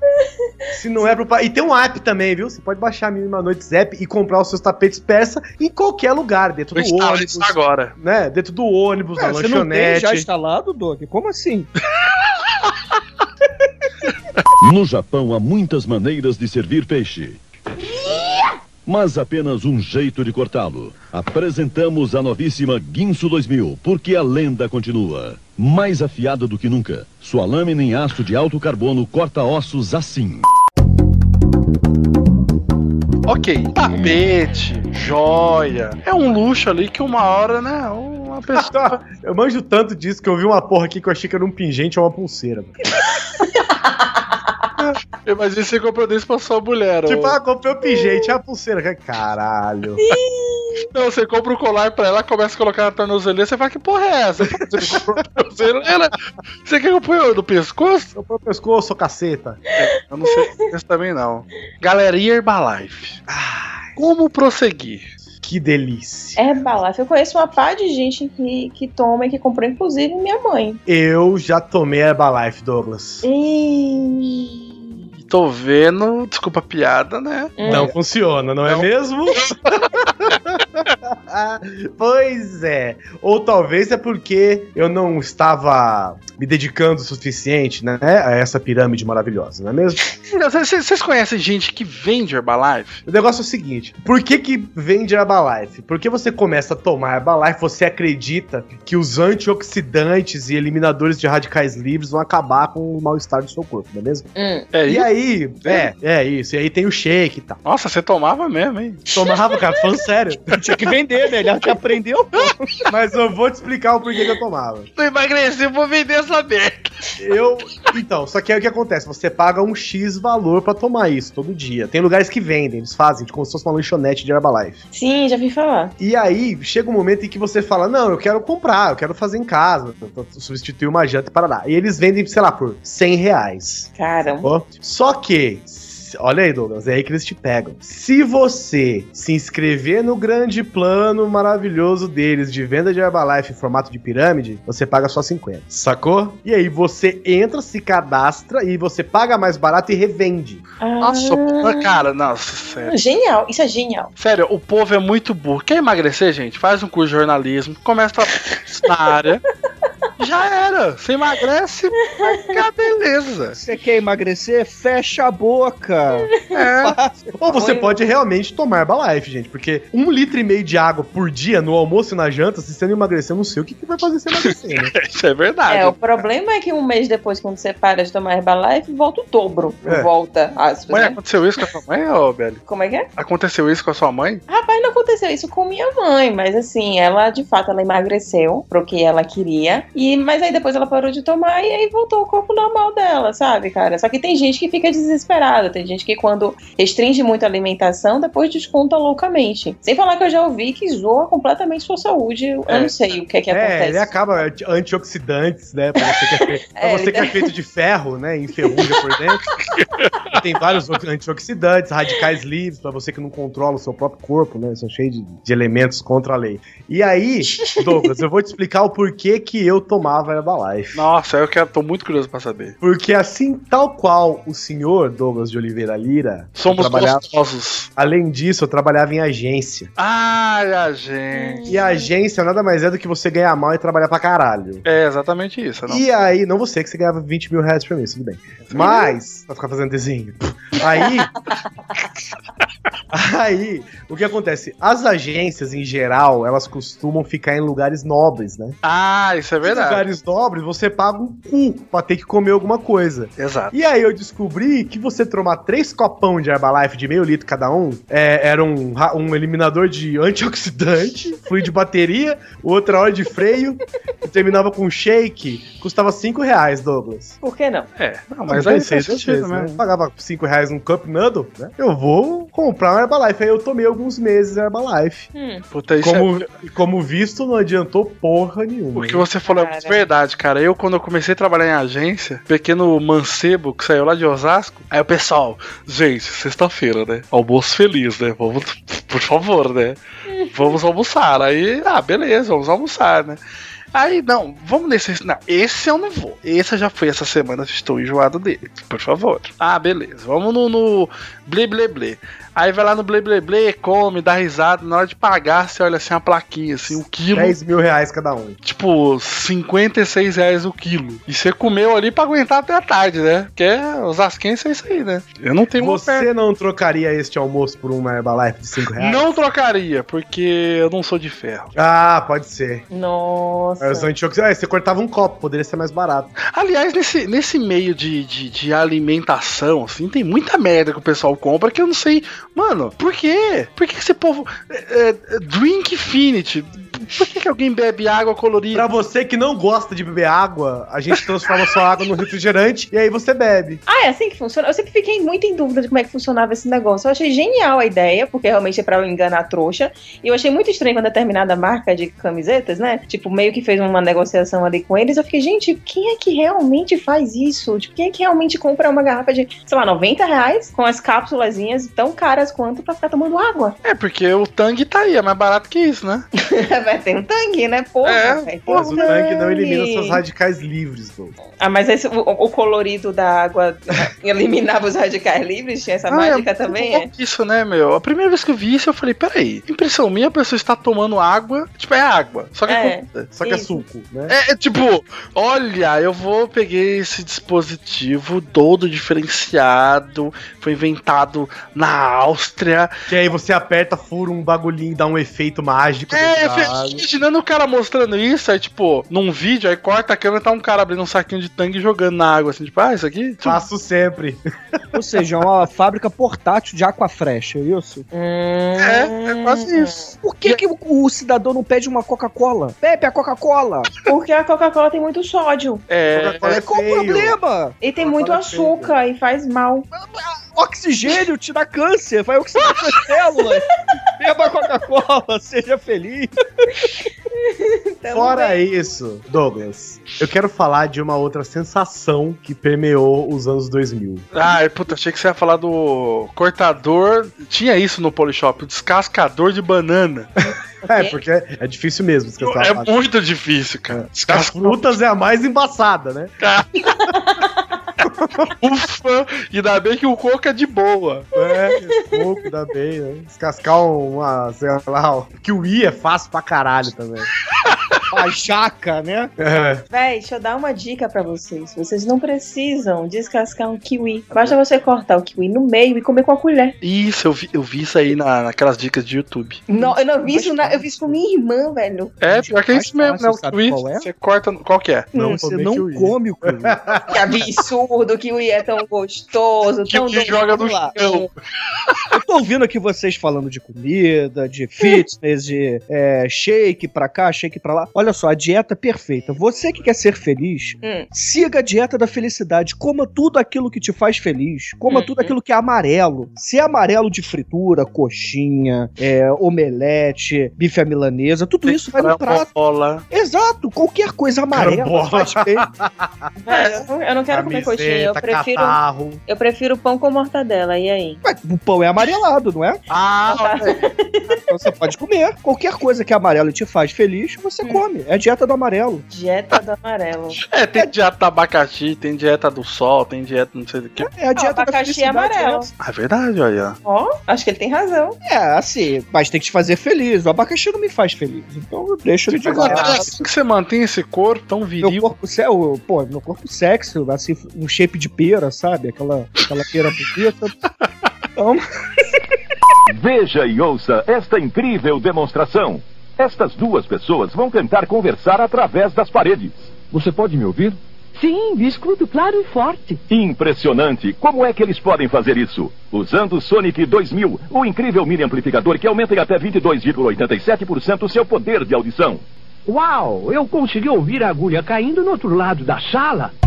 D: Se não é pro pa- E tem um app também, viu? Você pode baixar Mil e Uma Noites app e comprar os seus tapetes persa em qualquer lugar, dentro
C: vou
D: do
E: tá,
C: instalar
D: ônibus,
C: isso agora.
D: né? Dentro do ônibus,
E: Ué,
D: na
E: É, você não tem já
D: lanchonete.
E: instalado, Doug? Como assim?
J: No Japão há muitas maneiras de servir peixe. Mas apenas um jeito de cortá-lo. Apresentamos a novíssima Guinso 2000, porque a lenda continua. Mais afiada do que nunca, sua lâmina em aço de alto carbono corta ossos assim.
C: Ok, tapete, joia. É um luxo ali que uma hora, né? Uma pessoa.
D: [laughs] Eu manjo tanto disso que eu vi uma porra aqui que eu achei que era um pingente ou uma pulseira. mano.
C: [laughs] Imagina se você comprou desse pra sua mulher.
D: Tipo,
C: ou...
D: ah, comprei o pingente, é a pulseira. Caralho.
C: Não, você compra o colar pra ela, começa a colocar na tornozeleira, você fala, que porra é [laughs] essa? Você comprou na tornozeleira? né? Você quer que eu ponha no pescoço?
D: Comprou o um pescoço, caceta.
C: Eu não sei isso também não. Galeria Herbalife. Como prosseguir?
D: Que delícia.
F: É balaf. Eu conheço uma par de gente que, que toma e que comprou, inclusive minha mãe.
D: Eu já tomei Herbalife, Douglas.
F: E...
C: Tô vendo, desculpa a piada, né?
D: Não funciona, não, é mesmo? [laughs] pois é. Ou talvez é porque eu não estava me dedicando o suficiente, né? A essa pirâmide maravilhosa, não é mesmo?
C: Então, Vocês conhecem gente que vende Herbalife?
D: O negócio é o seguinte: por que, que vende Herbalife? Porque você começa a tomar Herbalife, você acredita que os antioxidantes e eliminadores de radicais livres vão acabar com o mal-estar do seu corpo, não é mesmo?
F: Hum.
C: É
D: E
C: isso?
D: aí, é, é isso. E aí tem o shake e tal.
C: Nossa, você tomava mesmo, hein?
D: Tomava, cara, falando sério.
E: Tinha que vender, semelhante aprendeu, pô.
D: [laughs] Mas eu vou te explicar o porquê que eu tomava.
C: Tu emagreceu, vou vender essa merda.
D: Eu. Então, só que aí o que acontece? Você paga um X valor pra tomar isso todo dia. Tem lugares que vendem, eles fazem, como se fosse uma lanchonete de Herbalife.
F: Sim, já vim falar.
D: E aí chega um momento em que você fala: Não, eu quero comprar, eu quero fazer em casa, eu tô- substituir uma janta para lá. E eles vendem, sei lá, por 100 reais.
F: Caramba.
D: Ó, Só que. se- Olha aí, Douglas, é aí que eles te pegam. Se você se inscrever no grande plano maravilhoso deles de venda de Herbalife em formato de pirâmide, você paga só 50. Sacou? E aí você entra, se cadastra e você paga mais barato e revende.
C: Nossa, é
F: Ah,
C: cara, nossa, sério.
F: Genial, isso é genial.
C: Sério, o povo é muito burro. Quer emagrecer, gente? Faz um curso de jornalismo, começa a- na área. Já era. Você emagrece, vai ficar beleza.
E: Você quer emagrecer? Fecha a boca.
C: É.
D: Ou você
F: Olha.
D: pode realmente tomar Herbalife, gente, porque um litro e meio de água por dia no almoço e na janta, se você não emagrecer, eu não sei o que, que vai fazer você
F: [laughs]
D: emagrecer, né?
C: Isso é verdade.
F: É, o problema é que um mês depois, quando você para de tomar Herbalife, volta o dobro.
D: É.
F: Volta, aspas,
C: Mãe,
F: né?
C: aconteceu isso com a sua mãe, ô, Beli?
F: Como é que é?
C: Aconteceu isso com a sua mãe?
F: Rapaz, não aconteceu isso com minha mãe, mas assim, ela de fato ela emagreceu pro que ela queria. E mas aí depois ela parou de tomar e aí voltou o corpo normal dela, sabe, cara? Só que tem gente que fica desesperada, tem gente que quando restringe muito a alimentação, depois desconta loucamente. Sem falar que eu já ouvi que zoa completamente sua saúde. Eu
C: É.
F: não sei o que é que
D: É,
F: acontece.
D: ele acaba anti- antioxidantes, né? Pra você que é, fe-
F: [laughs]
D: pra
F: É,
D: você que é
F: ele-
D: feito de ferro, né? Enferruja por dentro. Tem vários outros antioxidantes, radicais livres, pra você que não controla o seu próprio corpo, né? São cheios de, de elementos contra a lei.
F: [laughs]
D: E aí, Douglas, eu vou te explicar o porquê que eu tomava Herbalife.
C: Nossa, é eu quero, tô muito curioso pra saber.
D: Porque assim, tal qual o senhor Douglas de Oliveira Lira, eu
C: Somos
D: trabalhava-
C: gostosos.
D: além disso, eu trabalhava em agência.
C: Ai, a gente.
D: E a agência nada mais é do que você ganhar mal e trabalhar pra caralho.
C: É exatamente isso. Não.
D: E aí, não você, que você ganhava 20 mil reais pra mim, tudo bem.
C: né?
D: Mas, pra ficar fazendo desenho. Aí. [laughs] aí, o que acontece? As agências, em geral, elas costumam ficar em lugares nobres, né?
C: Ah, isso é
D: Em
C: verdade.
D: lugares nobres, você paga um cu pra ter que comer alguma coisa.
C: Exato.
D: E aí eu descobri que você tomar três copão de Herbalife de meio litro cada um é, era um, ra- um eliminador de antioxidante, fluido de bateria, outra hora de freio, e terminava com um shake, custava cinco reais, Douglas.
F: Por que não?
C: É, não, mas aí fez
D: seis
C: sentido
D: né?
C: mesmo.
D: Pagava cinco reais num Cup Noodle, né? Eu vou comprar um Herbalife. Aí eu tomei alguns meses Herbalife.
F: Hum,
C: Puta, isso é...
D: Como, e como visto, não adiantou porra nenhuma.
C: O que você falou é muito
F: Cara.
C: verdade, cara. Eu, quando eu comecei a trabalhar em agência, pequeno mancebo que saiu lá de Osasco, aí o pessoal, gente, sexta-feira, né? Almoço feliz, né? Vamos, [laughs] por favor, né? Vamos almoçar. Aí, ah, beleza, vamos almoçar, né? Aí, não, vamos nesse. Não, esse eu não vou. Esse eu já fui essa semana, estou enjoado dele. Por favor. Ah, beleza. Vamos no, no blé blé blé. Aí vai lá no blé blé blé, come, dá risada. Na hora de pagar, você olha assim uma plaquinha, assim, um quilo
D: 10 mil reais cada um.
C: tipo, 56 reais o quilo. E você comeu ali pra aguentar até a tarde, né? Porque os asquenses é isso aí, né? Eu não tenho uma oferta.
D: Você é não trocaria este almoço por uma Herbalife de cinco reais?
C: Não trocaria, porque eu não sou de ferro.
D: Ah, pode ser.
F: Nossa.
D: Os antioxidantes. Ah, você cortava um copo, poderia ser mais barato.
C: Aliás, nesse, nesse meio de, de, de alimentação, assim, tem muita merda que o pessoal compra que eu não sei. Mano, por quê? Por que que esse povo. É, é, drink Infinity. Por que, que alguém bebe água colorida?
D: Pra você que não gosta de beber água, a
C: [laughs]
D: gente transforma sua água no refrigerante e aí você bebe.
F: Ah, é assim que funciona? Eu sempre fiquei muito em dúvida de como é que funcionava esse negócio. Eu achei genial a ideia, porque realmente é pra enganar a trouxa. E eu achei muito estranho quando determinada marca de camisetas, né? Tipo, meio que fez uma negociação ali com eles. Eu fiquei, gente, quem é que realmente faz isso? Tipo, quem é que realmente compra uma garrafa de, sei lá, 90 reais com as cápsulazinhas tão caras quanto pra ficar tomando água? [laughs]
C: É, porque o Tang tá aí, é mais barato que isso, né?
F: Vai ter um tangue, né? Porra,
C: É,
F: vai ter
D: Mas o tanque né, não
F: tangue.
D: elimina seus radicais livres, né? Douglas.
F: Ah, mas esse- o, o colorido da água [laughs] eliminava os radicais livres? Tinha essa
C: Ah,
F: mágica
C: é muito
F: também?
C: louco Isso, né, meu? A primeira vez que eu vi isso, eu falei, peraí, impressão minha, a pessoa está tomando água, tipo, é água, só que é,
F: É.
C: comprida.
D: Só que é
F: Isso.
D: suco, né?
C: É, é tipo, olha, eu vou peguei esse dispositivo todo diferenciado, foi inventado na Áustria.
D: Que aí você aperta, fura um bagulhinho, dá um efeito mágico.
C: É,
D: dentro da
C: fechou
D: sabe?
C: Imaginando o cara mostrando isso, aí, tipo, num vídeo, aí corta a câmera tá um cara abrindo um saquinho de tangue e jogando na água, assim, tipo, ah, isso aqui?
D: Faço sempre.
E: Ou seja, é uma fábrica portátil de aquafresh, é isso?
C: É,
F: Uhum.
C: é quase isso.
E: Por que, que o, o cidadão não pede uma Coca-Cola? Pepe, a Coca-Cola!
F: Porque a Coca-Cola tem muito sódio.
C: É,
D: Coca-Cola é
E: Qual o
D: feio.
E: problema?
F: E tem muito
D: Coca-Cola é feio,
F: açúcar e faz mal.
E: Oxigênio te dá câncer, vai oxidar suas células. Beba Coca-Cola, seja feliz. É,
D: Fora isso, Douglas, eu quero falar de uma outra sensação que permeou os anos 2000.
C: Ai, Ah, puta, achei que você ia falar do cortador. Tinha isso no Polishop, o descascador de banana.
D: É, porque é, é difícil mesmo descascar
C: É
D: a pasta.
C: muito difícil, cara.
D: As
C: Descasca
D: frutas é a mais embaçada, né?
C: ufa, e ainda bem que o coco é de boa.
D: É, pouco dá bem, né? Descascar uma, sei lá, o kiwi é fácil pra caralho [laughs] também.
E: A jaca, né?
D: É.
F: Véi, deixa eu dar uma dica pra vocês. Vocês não precisam descascar um kiwi. Basta você cortar o kiwi no meio e comer com a colher.
C: Isso, eu vi, eu vi isso aí na, naquelas dicas de YouTube.
F: Não, eu não vi isso, na- eu vi isso com minha irmã, velho.
C: É, pior que é isso
E: mais
C: mesmo, né? O
E: fácil, sabe
C: kiwi,
E: qual é?
C: você corta. no- Qual que é?
D: Não
E: você
D: tomei
E: não
D: kiwi.
E: come o kiwi.
F: Que absurdo, o kiwi é tão gostoso,
C: Que
F: tão
C: que joga no
F: delicado.
C: chão.
E: Eu tô ouvindo aqui vocês falando de comida, de fitness, de é, shake pra cá, shake pra lá. Olha só, a dieta perfeita. Você que quer ser feliz,
F: Hum.
E: siga a dieta da felicidade. Coma tudo aquilo que te faz feliz. Coma
F: Uhum.
E: tudo aquilo que é amarelo. Se é amarelo de fritura, coxinha, é, omelete, bife à milanesa, tudo isso
C: um
E: vai no prato.
C: Bola.
E: Exato, qualquer coisa amarela
D: Carambola.
E: faz bem.
F: Véi, eu não- É. eu não quero comer coxinha, eu prefiro,
E: um
D: catarro.
F: eu prefiro pão com mortadela, e aí?
E: Mas o pão é amarelado, não é?
D: Ah,
E: Então você pode comer. Qualquer coisa que é amarelo e te faz feliz, você
F: Hum.
E: come. É a dieta do amarelo.
F: Dieta do amarelo.
C: É, tem dieta do abacaxi, tem dieta do sol, tem dieta não sei do que.
E: É a
F: Ah, o
E: dieta da
F: abacaxi é
E: felicidade.
F: amarelo.
E: né?
C: Ah, é verdade, olha.
F: Ó, acho que ele tem razão.
E: É, assim, mas tem que te fazer feliz. O abacaxi não me faz feliz. Então eu deixo ele de
C: Mas
E: lado.
C: é assim que você mantém esse corpo tão
E: Meu
C: viril.
E: corpo, se- o- pô, meu corpo sexy, assim, um shape de pera, sabe? Aquela, aquela pera [laughs] bonita. Então,
J: Veja e ouça esta incrível demonstração. Estas duas pessoas vão tentar conversar através das paredes. Você pode me ouvir?
K: Sim, escuto claro e forte.
J: Impressionante! Como é que eles podem fazer isso? Usando o Sonic 2000, o incrível mini amplificador que aumenta em até 22,87% o seu poder de audição.
K: Uau, eu consegui ouvir a agulha caindo no outro lado da sala.
D: [laughs]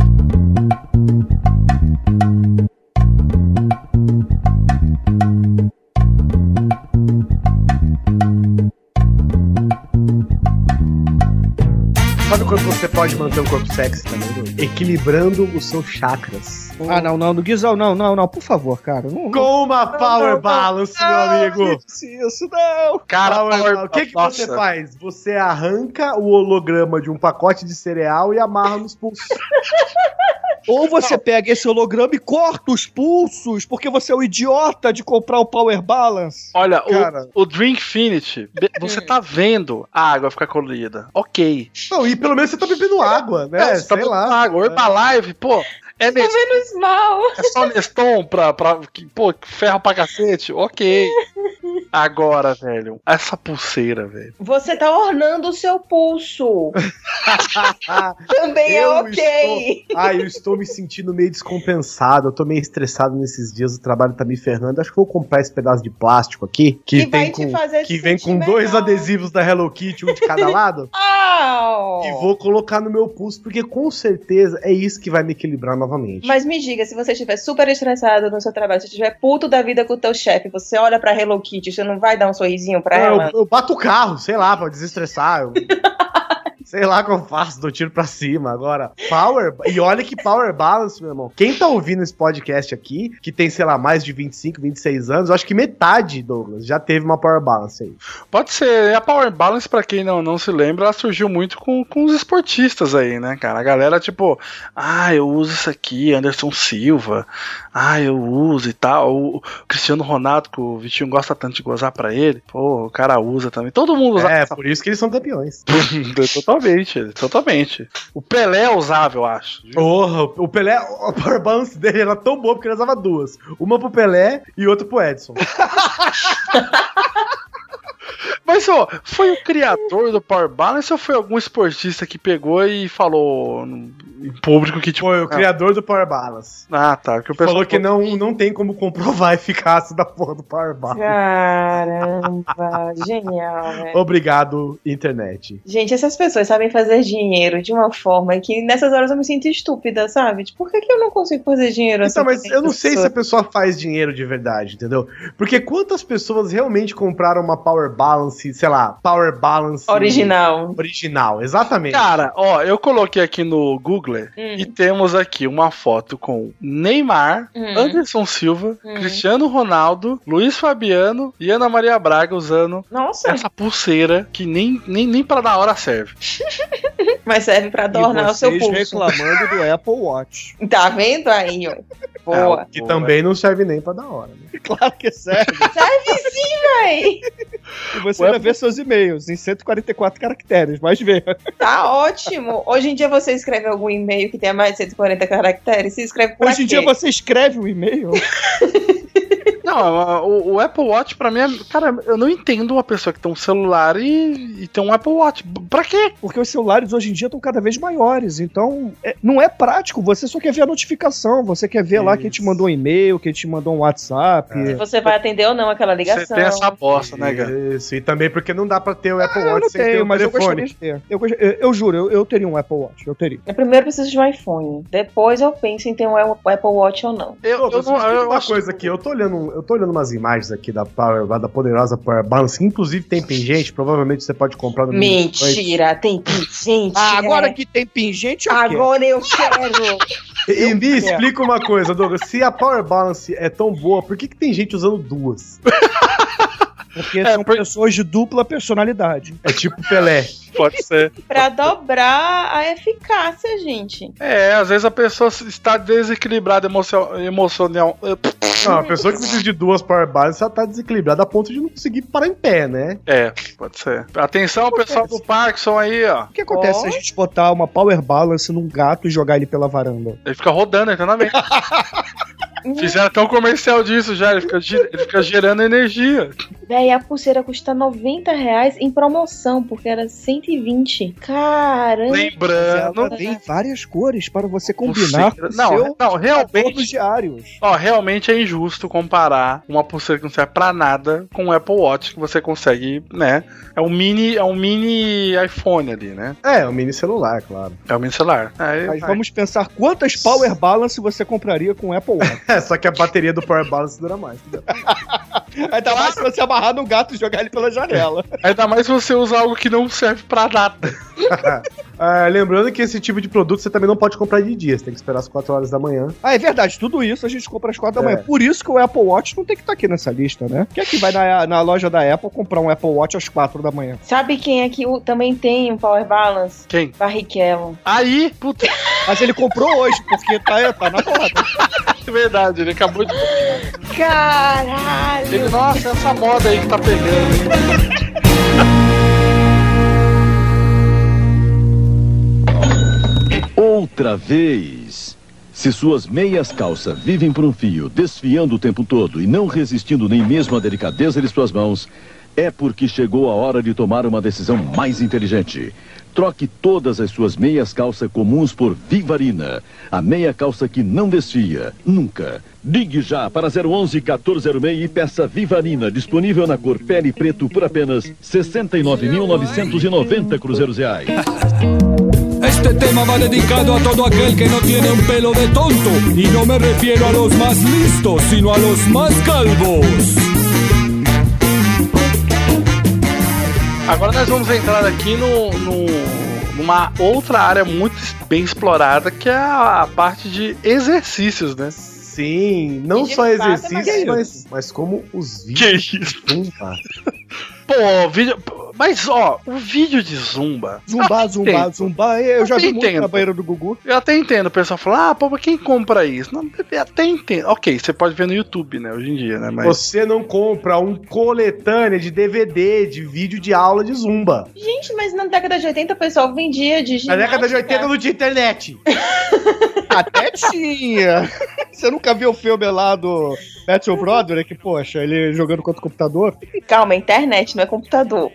D: sabe quando você pode manter o corpo sexy também? Douglas? Equilibrando os seus chakras.
E: ah, não, não, no Guizão, não, não, não, por favor, cara. Não, não,
D: Com uma
E: não, Ah,
D: power
E: não.
D: balance, meu
E: Não,
D: amigo.
E: disse Isso, não.
C: Cara,
D: Power balance. O que, que você
C: Nossa.
D: faz? Você arranca o holograma de um pacote de cereal e amarra nos pulsos.
E: Ou você pega esse holograma e corta os pulsos, porque você é o idiota de comprar o Power Balance.
C: Olha, o-
D: Cara.
C: o, Drink Finity, be- você tá vendo a água ficar colorida. Ok.
D: Não, e pelo menos você tá bebendo água, né?
C: É, você tá
D: Sei
C: vendo
D: lá.
C: água. Herbalife, pô. É, Nes-
F: Menos mal.
C: é só Neston pra, pra. que, Pô, que ferro pra cacete. Ok. Agora, velho. Essa pulseira, velho.
F: Você tá ornando o seu
D: [laughs]
F: pulso. Também é
D: Eu
F: ok.
D: Ah, eu estou me sentindo meio descompensado. Eu tô meio estressado nesses dias. O trabalho tá me ferrando. Acho que eu vou comprar esse pedaço de plástico aqui.
F: Que
D: Que, vem
F: vai
D: com,
F: te fazer
D: que
F: se
D: vem com
F: sentir
D: dois
F: melhor.
D: adesivos da Hello Kitty, um de
F: [laughs]
D: cada lado.
F: Au!
D: E vou colocar no meu pulso, porque com certeza é isso que vai me equilibrar novamente.
F: Mas me diga, se você estiver super estressado no seu trabalho, se estiver puto da vida com o teu chefe, você olha pra Hello Kitty, você não vai dar um sorrisinho pra
D: É, eu,
F: ela?
D: eu bato o carro, sei lá, pra desestressar. eu- sei lá o que eu faço, dou tiro pra cima. Agora, power. E olha que power balance, meu irmão. Quem tá ouvindo esse podcast aqui, que tem, sei lá, mais de 25, 26 anos, eu acho que metade, Douglas, já teve uma power balance aí.
C: Pode ser. é A Power Balance, pra quem não, não se lembra, ela surgiu muito com, com os esportistas aí, né, cara? A galera, tipo, ah, eu uso isso aqui, Anderson Silva, ah, eu uso e tal. O Cristiano Ronaldo, que o Vitinho gosta tanto de gozar pra ele, pô, o cara usa também. Todo mundo usa.
D: É, por isso que eles são campeões.
C: [laughs] totalmente, totalmente. O Pelé usava, eu acho.
D: Porra, o Pelé, a power balance dele era tão boa porque ele usava duas. Uma pro Pelé e outra pro Edson.
C: Mas Mas, ó, foi o criador do Power Balance ou foi algum esportista que pegou e falou no- em público que tipo.
D: Foi o criador do Power Balance.
C: Ah, tá. Que o pessoal
D: Falou que não, não tem como comprovar [laughs] a eficácia da porra do Power Balance.
F: [laughs] Caramba, genial, né? velho.
D: Obrigado, internet.
F: Gente, essas pessoas sabem fazer dinheiro de uma forma que nessas horas eu me sinto estúpida, sabe? Tipo, por que, que eu não consigo fazer dinheiro assim?
D: Então, mas
F: com
D: eu não sei se a
F: pessoa?
D: pessoa faz dinheiro de verdade, entendeu? Porque quantas pessoas realmente compraram uma Power Balance, sei lá, Power Balance...
F: Original.
D: Original, exatamente.
C: Cara, ó, eu coloquei aqui no Google
F: Hum.
C: e temos aqui uma foto com Neymar,
F: Hum.
C: Anderson Silva,
F: Hum.
C: Cristiano Ronaldo, Luiz Fabiano e Ana Maria Braga usando
E: [laughs]
F: Nossa,
C: essa pulseira que nem, nem, nem pra dar hora serve.
F: mas serve pra adornar é o seu pulso.
E: reclamando do Apple Watch.
F: Tá vendo aí, ó?
E: Ah,
D: É,
F: Boa.
D: que também não serve nem pra da hora. né?
E: [laughs] Claro que serve.
F: Serve sim, véi.
E: E você vai ver seus e-mails em 144 caracteres, mas vê.
F: Tá ótimo. Hoje em dia você escreve algum e-mail que tenha mais de 140 caracteres? Se escreve pra
E: Hoje em
F: quê?
E: dia você escreve o e-mail.
C: Não, a- o, o Apple Watch pra mim é. Cara, eu não entendo uma pessoa que tem um celular e, e tem um Apple Watch. B- Pra quê?
E: Porque os celulares hoje em dia estão cada vez maiores. Então, é- não é prático. Você só quer ver a notificação. Você quer ver lá quem te mandou um e-mail, quem te mandou um WhatsApp.
F: Se você vai atender ou não aquela ligação.
C: Você tem essa bosta, né, cara?
D: Isso, e também porque não dá pra ter o Apple
E: Eu
D: Watch
E: não
D: sem ter
E: tenho,
D: o
E: mas eu gostaria
D: telefone.
E: de ter. Eu, gost- eu- eu juro, eu, eu teria um Apple Watch. Eu teria.
F: Eu primeiro preciso de um iPhone. Depois eu penso em ter um Apple Watch ou não.
C: Eu, eu,
D: Pô,
C: não-
D: mas
C: eu
D: tem uma
C: acho-
D: coisa aqui, eu tô olhando, eu tô olhando umas imagens aqui da Power, da poderosa Power Balance, que inclusive tem pingente, provavelmente você pode comprar no Minibank.
F: Mentira, tem que. Gente.
E: Ah, agora
F: é.
E: que tem pingente, eu quero.
F: Agora eu quero.
D: E, e me explica uma coisa, Douglas, se a Power Balance é tão boa, por que que tem gente usando duas?
E: Porque são pessoas de dupla personalidade.
D: É tipo Pelé.
C: Pode ser.
F: pra dobrar a eficácia, gente.
C: É, às vezes a pessoa está desequilibrada emocio- emocional.
D: Não, a pessoa que precisa de duas Power Balance, ela tá desequilibrada a ponto de não conseguir parar em pé, né?
C: É, pode ser. Atenção, pessoal do Parkinson aí, ó.
E: O que acontece
F: Ó.
E: se a gente botar uma power balance num gato e jogar ele pela varanda?
C: Ele fica rodando eternamente.
E: [laughs]
C: Fizeram até um comercial disso já. Ele fica, gi- ele fica gerando energia.
F: Véi, a pulseira custa 90 reais em promoção, porque era 120. Caramba.
C: Lembrando.
E: Ela tem várias cores para você combinar com o
C: Não,
E: seu
C: não,
E: todos
C: realmente.
E: diários.
C: Ó, realmente é injusto comparar uma pulseira que não serve pra nada com um Apple Watch que você consegue, né? É um mini, é um mini iPhone ali, né?
D: É, o mini celular, claro.
C: É um mini celular. Aí,
E: Mas
C: vai.
E: vamos pensar quantas power balance você compraria com o Apple Watch.
D: É, só que a bateria do Power Balance dura mais.
E: Ainda mais se você amarrar no gato e jogar ele pela janela.
C: Ainda mais se você usa algo que não serve pra nada.
D: Ah, lembrando que esse tipo de produto você também não pode comprar de dia, você tem que esperar às 4 horas da manhã.
E: Ah, é verdade. Tudo isso a gente compra às quatro da
D: É.
E: manhã. Por isso que o Apple Watch não tem que estar aqui nessa lista, né? Quem é que vai na, na loja da Apple comprar um Apple Watch às quatro da manhã?
F: Sabe quem aqui também tem um Power Balance?
C: Quem?
F: Barrichello.
C: Aí, puta, [laughs]
E: Mas ele comprou hoje, porque tá, tá na moda.
C: é verdade, ele acabou de.
F: Caralho!
C: Ele, nossa, essa moda aí que tá pegando.
J: Outra vez. Se suas meias calça vivem por um fio, desfiando o tempo todo e não resistindo nem mesmo à delicadeza de suas mãos, é porque chegou a hora de tomar uma decisão mais inteligente. Troque todas as suas meias calça comuns por Vivarina, a meia calça que não desfia, nunca. Ligue já para 011 1406 e peça Vivarina, disponível na cor pele e preto por apenas R$ 69.990 cruzeiros reais.
L: Este tema va dedicado a todo aquel que no tiene un pelo de tonto. Y no me refiero a los más listos, sino a los más calvos.
C: Agora nós vamos entrar aqui no, no- numa outra área muito bem explorada, que é a a parte de exercícios, né?
D: Sim, não
F: E de
D: só
F: fato é
D: exercícios, mas, mas como os vídeos.
C: Que isso?
D: de Zumba.
C: Pô, vídeo. pô, Mas ó, o vídeo de zumba.
E: Zumba, zumba,
C: Tempo.
E: zumba. Eu já vi muito
C: Tempo.
E: na banheira do Gugu.
C: Eu até entendo, o pessoal fala, ah, pô, mas quem compra isso? Não, eu até entendo. Ok, você pode ver no YouTube, né, hoje em dia, né? Mas.
D: Você não compra um coletânea de DVD, de vídeo de aula de zumba.
F: Gente, mas na década de 80 o pessoal vendia de
D: Na
F: ginástica.
D: década de 80 não tinha internet.
E: [laughs] Até tinha. Você nunca viu o filme lá do Matthew Broderick? Poxa, ele jogando contra o computador?
F: Calma, é internet, não é computador.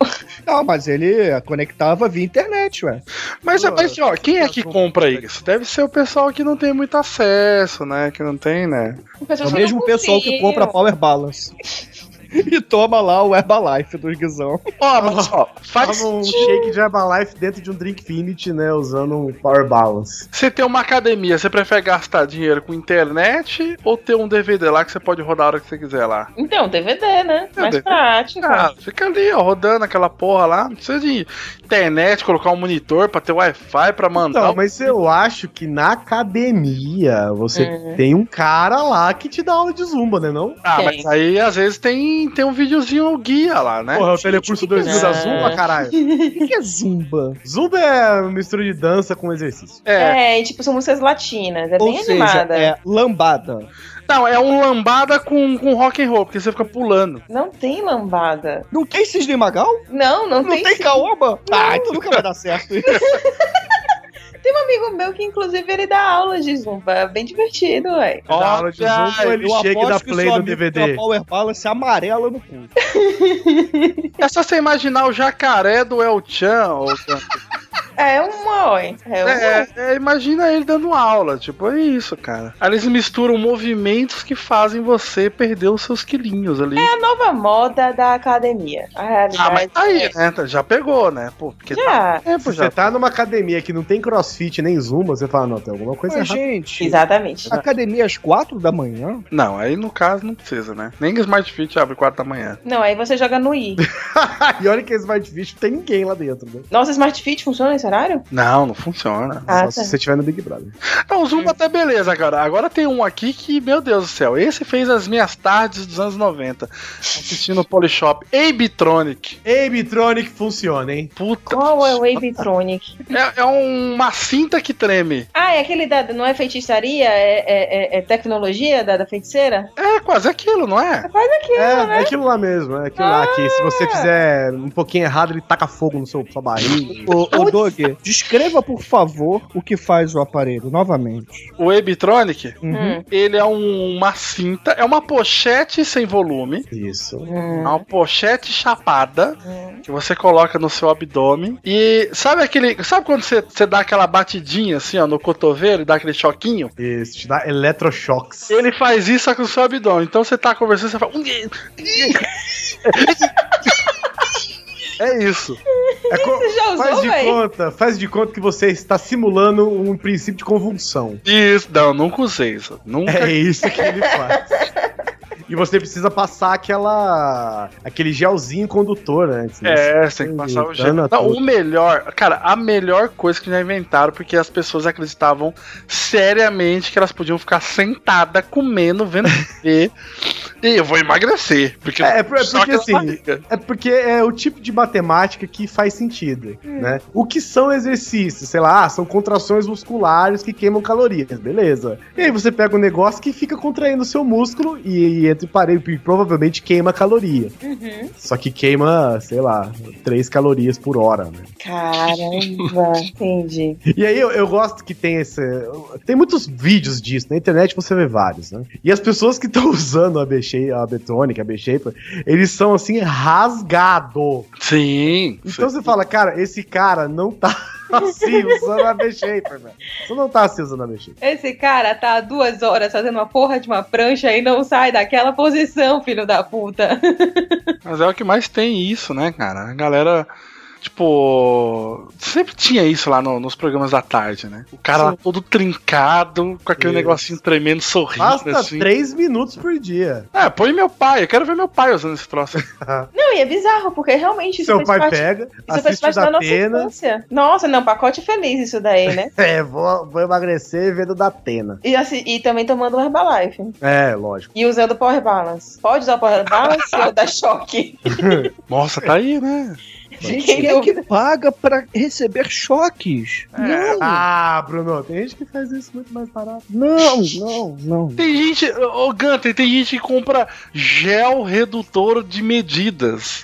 E: Não, mas ele conectava via internet, ué.
C: Mas, mas ó, quem é que compra isso? Deve ser o pessoal que não tem muito acesso, né? Que não tem, né?
E: É o mesmo pessoal que compra Power Balance. [laughs] E toma lá o Herbalife do Guizão.
D: Ó, mas ó, faz um shake de Herbalife dentro de um Drinkfinity, né? Usando um Power Balance.
C: Você tem uma academia, você prefere gastar dinheiro com internet ou ter um DVD lá que você pode rodar a hora que você quiser lá?
F: Então, DVD, né?
C: É,
F: Mais
C: DVD.
F: prático.
C: Ah, fica ali, ó, rodando aquela porra lá. Não precisa de internet, colocar um monitor pra ter Wi-Fi pra mandar.
D: Não, mas eu acho que na academia você
C: Uhum.
D: tem um cara lá que te dá aula de zumba, né? Não?
C: Ah, mas aí às vezes tem, tem um videozinho guia lá, né?
D: Porra, o telecurso 2000 da Zumba, caralho.
E: O que é Zumba?
D: Zumba é mistura de dança com exercício.
F: É, e, tipo, são músicas latinas, é
D: Ou
F: bem
D: seja,
F: animada.
E: É, lambada.
C: Não, é um lambada com, com rock and roll, porque você fica pulando.
F: Não tem lambada.
E: Não tem Cisne Magal?
F: Não, não, tem.
E: tem
F: sim.
E: caoba? Ah, então nunca vai dar certo [laughs] isso.
F: Tem um amigo meu que, inclusive, ele dá aula de zumba. É bem divertido, ué.
D: Dá aula de zumba ou ele chega e dá play no DVD?
E: Power Balance amarela no cu.
C: É só você imaginar o jacaré do El Chan. ô, Chan.
F: É uma, ué. É uma.
C: É, é, imagina ele dando aula, tipo, é isso, cara. Aí eles misturam movimentos que fazem você perder os seus quilinhos ali.
F: É a nova moda da academia. A realidade.
C: Ah, mas tá aí, né? Já pegou, né? Pô, porque
F: é Já.
C: tá- é, pô,
D: Se
C: já.
F: [laughs]
D: você tá numa academia que não tem crossfit nem zumba, você fala, não, tem alguma coisa [laughs]
E: Mas,
D: errada.
E: gente.
F: Exatamente.
E: Academia às quatro da manhã?
C: Não, aí no caso não precisa, né? Nem Smart Fit abre 4 da manhã.
F: Não, aí você joga no I.
D: E olha que esse Smart Fit não tem ninguém lá dentro, né?
F: Nossa, Smart Fit funciona nesse horário?
C: Não, não funciona.
F: Ah,
D: Só se
F: tá.
D: você tiver no Big Brother.
C: Não, o Zumba até beleza, cara. Agora tem um aqui que, meu Deus do céu, esse fez as minhas tardes dos anos 90, assistindo o Polishop. Abitronic.
D: Abitronic funciona, hein?
C: Puta.
F: Qual é o Wavetronic?
C: É, é uma cinta que treme.
F: Ah, é aquele da. Não é feitiçaria? É, é- é- é tecnologia da, da feiticeira?
C: É quase aquilo, não é?
F: Faz aquilo,
D: É,
F: né?
D: é aquilo lá mesmo, é aquilo
F: Ah!
D: lá que se você fizer um pouquinho errado, ele taca fogo no seu sua barriga.
E: Ô, ô Doug, descreva, por favor, o que faz o aparelho, novamente.
C: O Abitronic,
F: Hum.
E: Uhum.
C: ele é um- uma cinta, é uma pochete sem volume.
D: Isso.
C: É uma pochete chapada que você coloca no seu abdômen. E sabe aquele. Sabe quando você, você dá aquela batidinha assim, ó, no cotovelo e dá aquele choquinho?
D: Isso, te dá eletrochoques.
C: Ele faz isso só com o seu abdômen. Então você tá conversando, você fala. É isso.
D: É co-
F: Você já
D: faz
F: usou,
D: de
F: velho?
D: conta, faz de conta que você está simulando um princípio de convulsão.
C: Isso, não, nunca usei isso. Nunca.
D: É isso que ele faz. E você precisa passar aquela aquele gelzinho condutor antes. né?
C: É, você tem que passar o jeito.
D: Dana
C: Não,
D: toda.
C: o melhor, cara, a melhor coisa que já inventaram, porque as pessoas acreditavam seriamente que elas podiam ficar sentada, comendo, vendo [laughs] TV. e eu vou emagrecer. Porque
D: É, é por- é
C: só
D: porque
C: aquela
D: assim,
C: barriga.
D: É porque é o tipo de matemática que faz sentido, né? O que são exercícios? Sei lá, ah, são contrações musculares que queimam calorias, beleza. E aí você pega um negócio que fica contraindo o seu músculo e, e entre parede e provavelmente queima caloria.
F: Uhum.
D: Só que queima, sei lá, 3 calorias por hora, né?
F: Caramba, entendi.
D: E aí eu, eu gosto que tem esse. Tem muitos vídeos disso. né? Na internet você vê vários, né? E as pessoas que estão [laughs] usando a B-Shape, a Betonic, a B-Shaper, eles são assim, rasgado.
C: Sim.
D: Então você fala, cara, esse cara não tá [laughs] assim usando a B-Shaper, velho. Você não tá assim usando a B-Shaper.
F: Esse cara tá há duas horas fazendo uma porra de uma prancha e não sai daquela posição, filho da puta.
C: Mas é o que mais tem isso, né, cara? A galera. Tipo, sempre tinha isso lá no- nos programas da tarde, né? O cara lá todo trincado, com aquele
D: Isso.
C: negocinho tremendo, sorrindo
D: Basta
C: assim.
D: 3 minutos por dia.
C: É, põe meu pai, eu quero ver meu pai usando esse
D: [laughs]
C: troço.
F: Não, e é bizarro, porque realmente isso
D: Seu
F: fez
D: pai
F: parte-
D: pega,
F: Isso fez
D: assiste o
F: parte da
D: da
F: nossa
D: Atena.
F: infância. Nossa, não, pacote feliz isso daí,
D: [laughs]
F: né?
D: É, vou, vou emagrecer vendo da Atena.
F: E, assim, e também tomando Herbalife.
D: É, lógico.
F: E usando
D: [laughs]
F: Power Balance. Pode usar o Power Balance ou dá choque?
C: Nossa, tá aí, né?
E: Gente, quem é que paga pra receber choques?
H: É,
E: Não.
D: Ah, Bruno, tem gente que faz isso muito mais barato.
E: Não, não, não.
C: Tem gente, ô ô, Gunter, tem gente que compra gel redutor de medidas.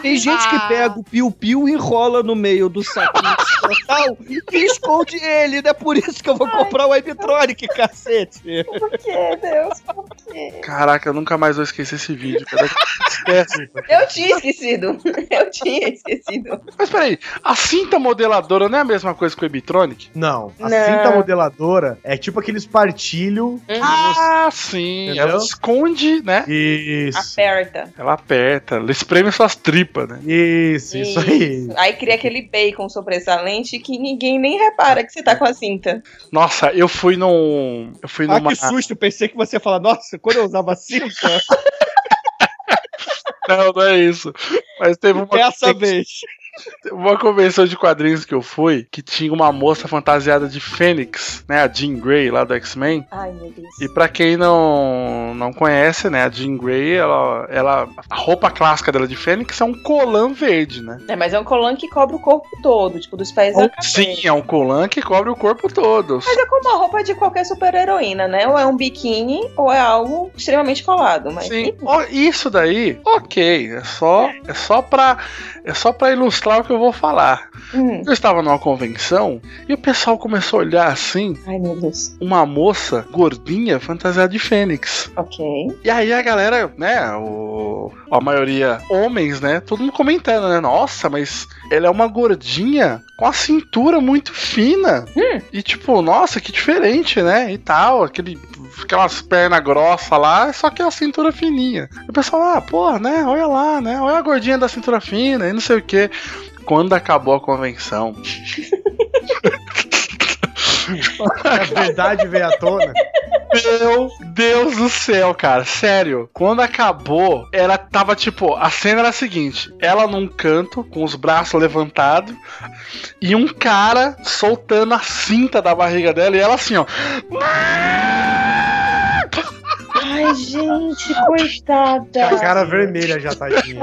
E: Tem gente que pega o piu-piu e enrola no meio do saquinho de total e esconde ele. É por isso que eu vou comprar o Webtronic, cacete.
F: Por que, Deus? Por quê?
C: Caraca, eu nunca mais vou esquecer esse vídeo. cara. Esquece.
F: Eu tinha esquecido. [laughs] Eu tinha esquecido.
C: Mas peraí, a cinta modeladora não é a mesma coisa que o Ebitronic?
D: Não, a
F: Não.
D: cinta modeladora é tipo aqueles partilho.
C: Ah, sim.
D: Entendeu?
C: Ela esconde, né?
D: Isso.
F: Aperta.
C: Ela aperta, ela espreme suas tripas, né?
D: Isso, isso aí.
F: Aí cria aquele bacon sobressalente que ninguém nem repara que você tá com a cinta.
C: Nossa, eu fui num. Eu fui
E: Ah,
C: numa.
E: que susto. Pensei que você ia falar, nossa, quando eu usava cinta,
C: [laughs] Não, não é isso. Mas teve uma.
E: dessa vez.
C: uma convenção de quadrinhos que eu fui, que tinha uma moça fantasiada de Fênix, né? A Jean Grey lá do X-Men.
F: Ai, meu Deus.
C: E pra quem não, não conhece, né, a Jean Grey, ela, ela a roupa clássica dela de Fênix é um colã verde, né?
F: É, mas é um colã que cobre o corpo todo, tipo, dos pés à cabeça.
C: Sim, é um colã que cobre o corpo todo.
F: Mas é como a roupa de qualquer super-heroína, né? Ou é um biquíni, ou é algo extremamente colado. Mas
C: Sim, assim, ó, isso daí, ok, é só é só para é só para ilustrar o que eu vou falar.
F: Hum.
C: Eu estava numa convenção e o pessoal começou a olhar assim,
F: Ai, meu Deus.
C: uma moça gordinha fantasiada de Fênix.
F: Ok.
C: E aí a galera, né, o, a maioria homens, né, todo mundo comentando, né, nossa, mas ela é uma gordinha com a cintura muito fina. E tipo, nossa, que diferente, né, e tal, aquele, aquelas pernas grossas lá, só que é a cintura fininha. E o pessoal, ah, porra, né, olha lá, né, olha a gordinha da cintura fina e não sei o que. Quando acabou a convenção,
D: A verdade veio à tona.
C: Meu Deus do céu, cara. Sério, quando acabou, ela tava tipo. A cena era a seguinte: ela num canto, com os braços levantados, e um cara soltando a cinta da barriga dela, e ela assim, ó.
F: Ai, gente, coitada.
D: Com a cara vermelha já, tadinha.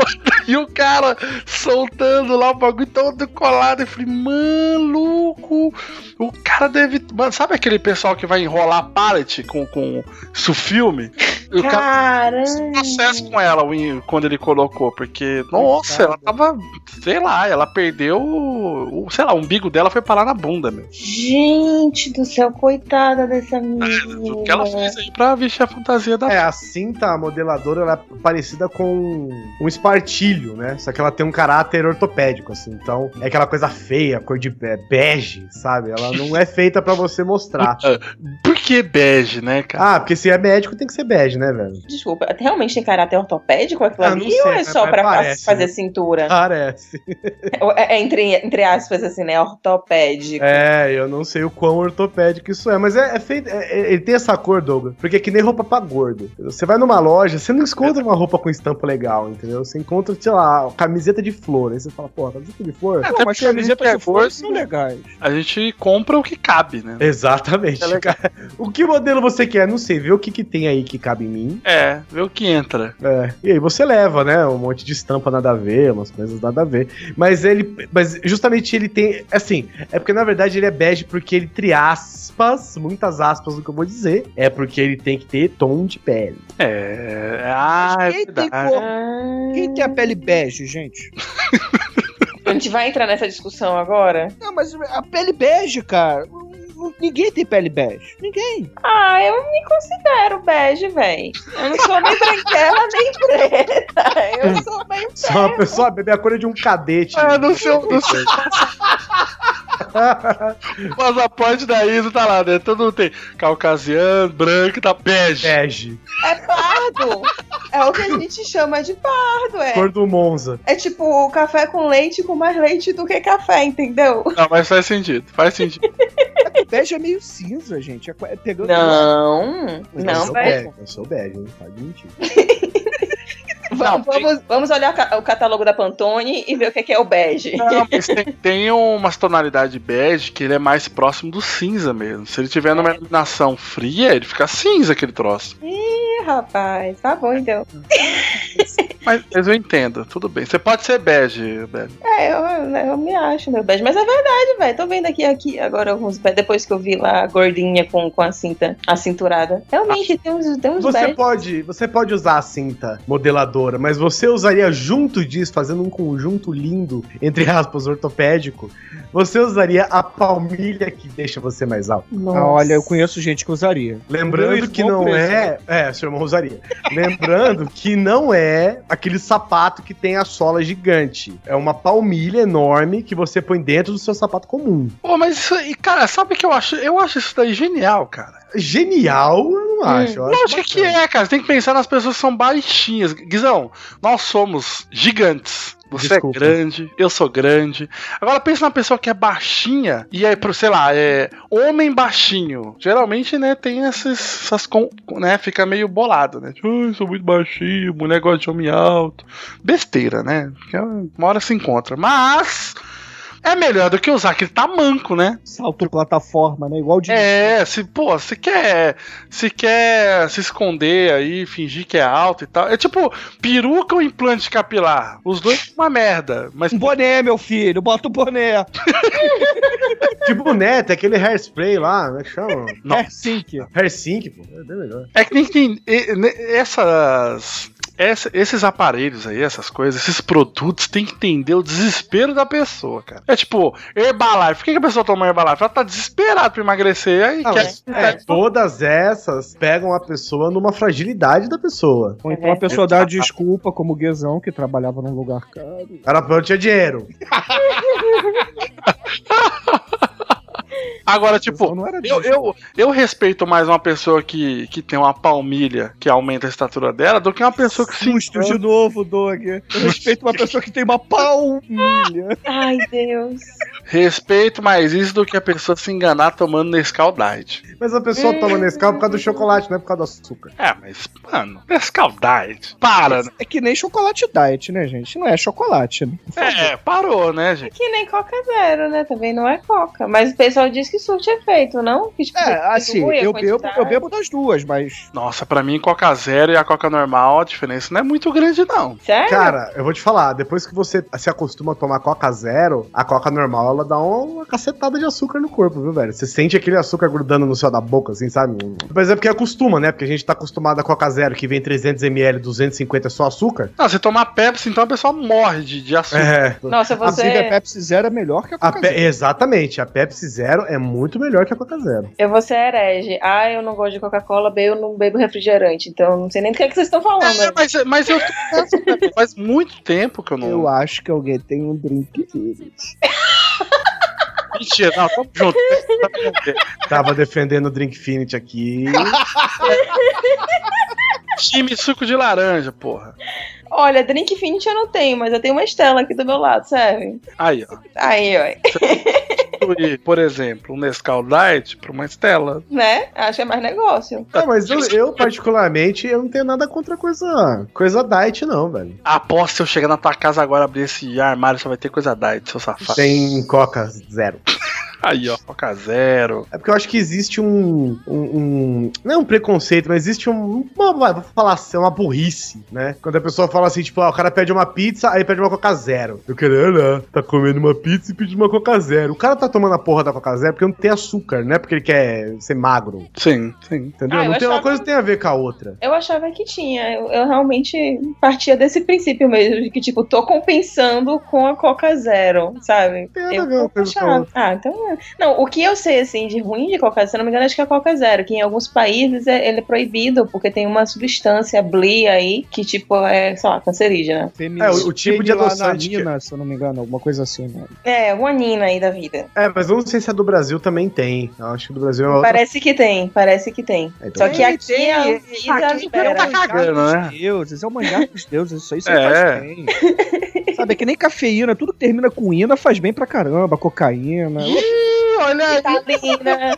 C: E o cara soltando lá o bagulho todo colado. Eu falei, maluco, o cara deve. Mano, sabe aquele pessoal que vai enrolar pallet com, com sufilme? O cara
F: Caramba.
C: processo um com ela o Win, quando ele colocou, porque, nossa, ela tava, sei lá, ela perdeu, o, o- sei lá, o umbigo dela foi parar na bunda, meu.
F: Gente do céu, coitada
D: Ah,
F: dessa menina.
C: O que ela fez aí pra vestir a fantasia da...
D: [laughs] É, a cinta modeladora ela é parecida com um espartilho, né? Só que ela tem um caráter ortopédico, assim. Então, é aquela coisa feia, cor de é, bege, sabe? Ela não é feita pra você
E: [laughs]
D: mostrar.
C: Por que bege, né, cara?
D: Ah, porque se é médico tem que ser bege, né, velho?
F: Desculpa, realmente tem caráter ortopédico aquilo
D: Ah, não
F: ali?
D: sei,
F: ou é
D: mas-
F: só
D: mas
F: pra fa-
D: parece,
F: fazer
D: né?
F: cintura?
D: Parece.
F: É, é entre, entre aspas, assim, né? Ortopédico.
D: É, eu não sei o quão ortopédico isso é, mas é, é feito. é- é- ele tem essa cor, Douglas, porque é que nem roupa pra gordo. Você vai numa loja, você não encontra uma roupa com estampa legal, entendeu? Você encontra, sei lá, camiseta de flor. Aí você fala, pô, camiseta de flor?
E: Pô, mas
C: porque a gente
E: camisetas
C: é
E: de força
C: gordo.
E: são legais.
C: A gente compra o que cabe, né?
D: Exatamente.
C: É legal.
D: cara. O que modelo você quer? Não sei. Vê o que, que tem aí que cabe em mim.
C: É, vê o que entra.
D: É. E aí você leva, né? Um monte de estampa nada a ver, umas coisas nada a ver. Mas ele. Mas justamente ele tem. Assim, é porque na verdade ele é bege porque ele, entre aspas, muitas aspas do que eu vou dizer, é porque ele tem que ter tom de pele.
C: É, é- ah, é
E: Mas quem tem
C: verdade.
E: corpo?
F: Ah,
E: Quem tem a pele bege, gente?
F: a gente vai entrar nessa discussão agora?
E: Não, mas a pele bege, cara. n- Ninguém tem pele bege. Ninguém.
F: Ah, eu me considero bege, véi. Eu não sou nem branquela [laughs] nem preta. Eu sou bem
D: Só uma pessoa beber a cor de um cadete.
C: Ah, no seu, no seu passaporte da ISO tá lá, né? Todo mundo tem caucasiano, branco, tá bege.
D: Bege.
F: É pardo. É o que a gente chama de pardo, é.
D: Cor do Monza.
F: É tipo o café com leite com mais leite do que café, entendeu?
C: Não, mas faz sentido, faz sentido.
E: Bege é meio cinza, gente. É qua- é pegando.
F: Não,
D: eu
F: não,
D: sou
F: véi.
D: bege. Eu sou bege, não faz mentira.
F: [laughs] Vamos, vamos, vamos olhar o ca- o catálogo da Pantone e ver o que é, que é o bege.
C: Não, mas tem, tem umas tonalidades bege que ele é mais próximo do cinza mesmo. Se ele tiver
F: É.
C: numa iluminação fria, ele fica cinza aquele troço.
F: Ih, rapaz, tá bom então.
C: Mas, mas eu entendo, tudo bem. Você pode ser bege, bege.
F: É, eu, eu me acho, meu bad. Mas é verdade, velho. Tô vendo aqui, aqui agora alguns bad. Depois que eu vi lá a gordinha com, com a cinta, a cinturada. Realmente, tem uns, tem uns
D: Você
F: bad.
D: pode, você pode usar a cinta modeladora, mas você usaria junto disso, fazendo um conjunto lindo, entre aspas, ortopédico, você usaria a palmilha que deixa você mais alto.
E: Ah, Olha, eu conheço gente que usaria.
D: Lembrando que não é. É, seu irmão usaria. Lembrando que não é aquele sapato que tem a sola gigante. É uma palmilha enorme que você põe dentro do seu sapato comum.
C: Pô, mas isso aí, cara, sabe o que eu acho? Eu acho isso daí genial, cara.
D: Genial, eu não acho. Eu acho
C: Lógico que é, cara. Você tem que pensar nas pessoas que são baixinhas. Guizão, nós somos gigantes. Você
D: Desculpa.
C: é grande, eu sou grande. Agora pensa na pessoa que é baixinha e aí, pro, sei lá, é homem baixinho. Geralmente, né, tem esses, essas, con- né, fica meio bolado, né? Tipo, "Ai, sou muito baixinho, mulher gosta de homem alto. Besteira, né? Porque Uma hora se encontra. Mas é melhor do que usar aquele tamanco, né?
E: Salto plataforma, né? Igual de.
C: É, se, pô, se quer, se quer se esconder aí, fingir que é alto e tal. É tipo peruca ou implante capilar. Os dois são uma merda, mas
E: Um boné, meu filho, bota o boné.
D: Que boné, É, tem aquele hairspray lá, como é que chama?
E: Hersink.
D: Hersink, pô, é bem melhor.
C: É que nem tem e- ne- essas. essa- esses aparelhos aí, essas coisas, esses produtos, tem que entender o desespero da pessoa, cara. É tipo, Herbalife. Por que, que a pessoa toma Herbalife? Ela tá desesperada pra emagrecer. Aí
D: Ah,
C: quer...
D: mas, é, todas essas pegam a pessoa numa fragilidade da pessoa.
E: Ou
F: É.
E: então a pessoa dá desculpa, como o Guizão, que trabalhava num lugar caro.
D: Era pra eu tinha dinheiro.
C: Agora, tipo,
E: é
C: eu, eu, eu respeito mais uma pessoa que, que tem uma palmilha que aumenta a estatura dela do que uma pessoa que se
E: Susto de novo, Doug. Eu respeito uma pessoa que tem uma palmilha.
F: Ai, Deus.
C: Respeito mais isso do que a pessoa se enganar tomando Nescau Diet.
D: Mas a pessoa toma Nescau por causa do chocolate, não é por causa do açúcar.
C: É, mas, mano, Nescau Diet. Para, né?
E: É que nem chocolate diet, né, gente? Não é chocolate, né?
C: É, parou, né, gente?
F: Que nem Coca Zero, né? Também não é Coca. Mas o pessoal diz que surte efeito, não? Que, tipo,
E: É, assim,
F: diminui a
E: eu bebo,
F: quantidade.
E: eu bebo das duas, mas.
C: Nossa, pra mim, Coca Zero e a Coca normal, a diferença não é muito grande, não.
E: É.
F: Sério?
D: Cara, eu vou te falar, depois que você se acostuma a tomar Coca Zero, a Coca normal, ela dá um, uma cacetada de açúcar no corpo, viu, velho? Você sente aquele açúcar grudando no céu da boca, assim, sabe? Mas é porque acostuma, né? Porque a gente tá acostumado a Coca Zero, que vem 300ml, 250 é só açúcar.
C: Ah, se tomar Pepsi, então a pessoa morre de, de açúcar.
D: É.
F: Nossa,
E: Inclusive, a
F: você.
E: Pepsi Zero é melhor que a
D: A
E: Coca
D: Pe- Exatamente, a Pepsi Zero é muito melhor que a Coca Zero.
F: Eu vou ser herege. Ah, eu não gosto de Coca-Cola, bem, eu não bebo refrigerante. Então, eu não sei nem do que, é que vocês estão falando.
C: É, mas, mas eu faz muito tempo que eu não.
E: Eu acho que alguém tem um drink deles.
C: Mentira, não, tamo junto.
D: Tava defendendo o Drinkfinity
E: [laughs]
D: aqui.
C: Time suco de laranja, porra.
F: Olha, drink Infinity eu não tenho, mas eu tenho uma Estela aqui do meu lado, serve?
C: Aí, ó.
F: Aí, ó.
C: E, por exemplo, um Nescau Light pra uma Estela.
F: Né? Acho que é mais negócio.
D: Ah, mas eu, eu, particularmente, eu não tenho nada contra coisa, coisa diet, não, velho.
C: Aposto se eu chegar na tua casa agora, abrir esse armário, só vai ter coisa Diet, seu safado.
D: Tem Coca Zero.
C: Aí, ó, Coca Zero.
D: É porque eu acho que existe um. um- um- não é um preconceito, mas existe um. Uma, vai- vou falar assim, uma burrice, né? Quando a pessoa fala assim, tipo, ah, o cara pede uma pizza, aí pede uma Coca Zero. Eu quero, olha lá, tá comendo uma pizza e pedindo uma Coca Zero. O cara tá tomando a porra da Coca Zero porque não tem açúcar, né? Porque ele quer ser magro.
C: Sim, sim.
D: Entendeu?
F: Ah, eu
D: não tem uma
F: achava-
D: coisa que tem a ver com a outra.
F: Eu achava que tinha. Eu, eu realmente partia desse princípio mesmo, de que, tipo, tô compensando com a Coca Zero, sabe?
D: Tem nada
F: eu
D: a ver uma coisa com a
F: achava. Ah, então. é. Não, o que eu sei, assim, de ruim de Coca Zero, se não me engano, acho que é a Coca Zero, que em alguns países é, ele é proibido, porque tem uma substância, Bli, aí, que, tipo, é, sei lá, cancerígena.
D: É, o- o tipo de adoçante que-
E: Nina, se eu não me engano, alguma coisa assim, né?
F: É, guanina aí da vida.
D: É, mas eu não sei se a do Brasil também tem. Eu acho que do Brasil é outra.
F: Parece que tem, parece que tem.
D: É, então-
F: Só que aqui um a Anvisa libera.
C: cagando, né?
E: Deuses, é o manjar dos deuses, isso aí você
C: É.
E: faz bem. Sabe, é que nem cafeína, tudo que termina com ina faz bem pra caramba, cocaína.
C: Ih, olha aí.
F: Vitamina.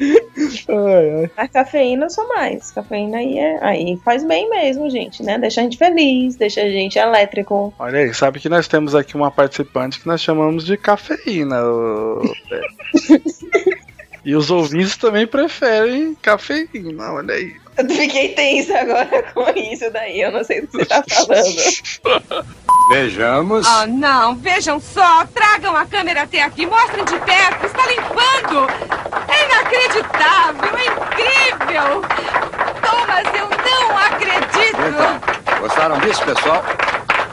E: Ai, ai.
F: A cafeína eu sou mais. Cafeína aí, é, aí faz bem mesmo, gente, né? Deixa a gente feliz, deixa a gente elétrico.
C: Olha aí, sabe que nós temos aqui uma participante que nós chamamos de cafeína. ô, Beto. e os ouvintes também preferem cafeína, olha aí.
F: Eu fiquei tensa agora [laughs] com isso daí, eu não sei do que você tá falando.
M: [laughs] Vejamos.
N: Oh, não, vejam só, tragam a câmera até aqui, mostrem de perto, está limpando! É inacreditável, é incrível! Thomas, eu não acredito!
M: Então, gostaram disso, pessoal?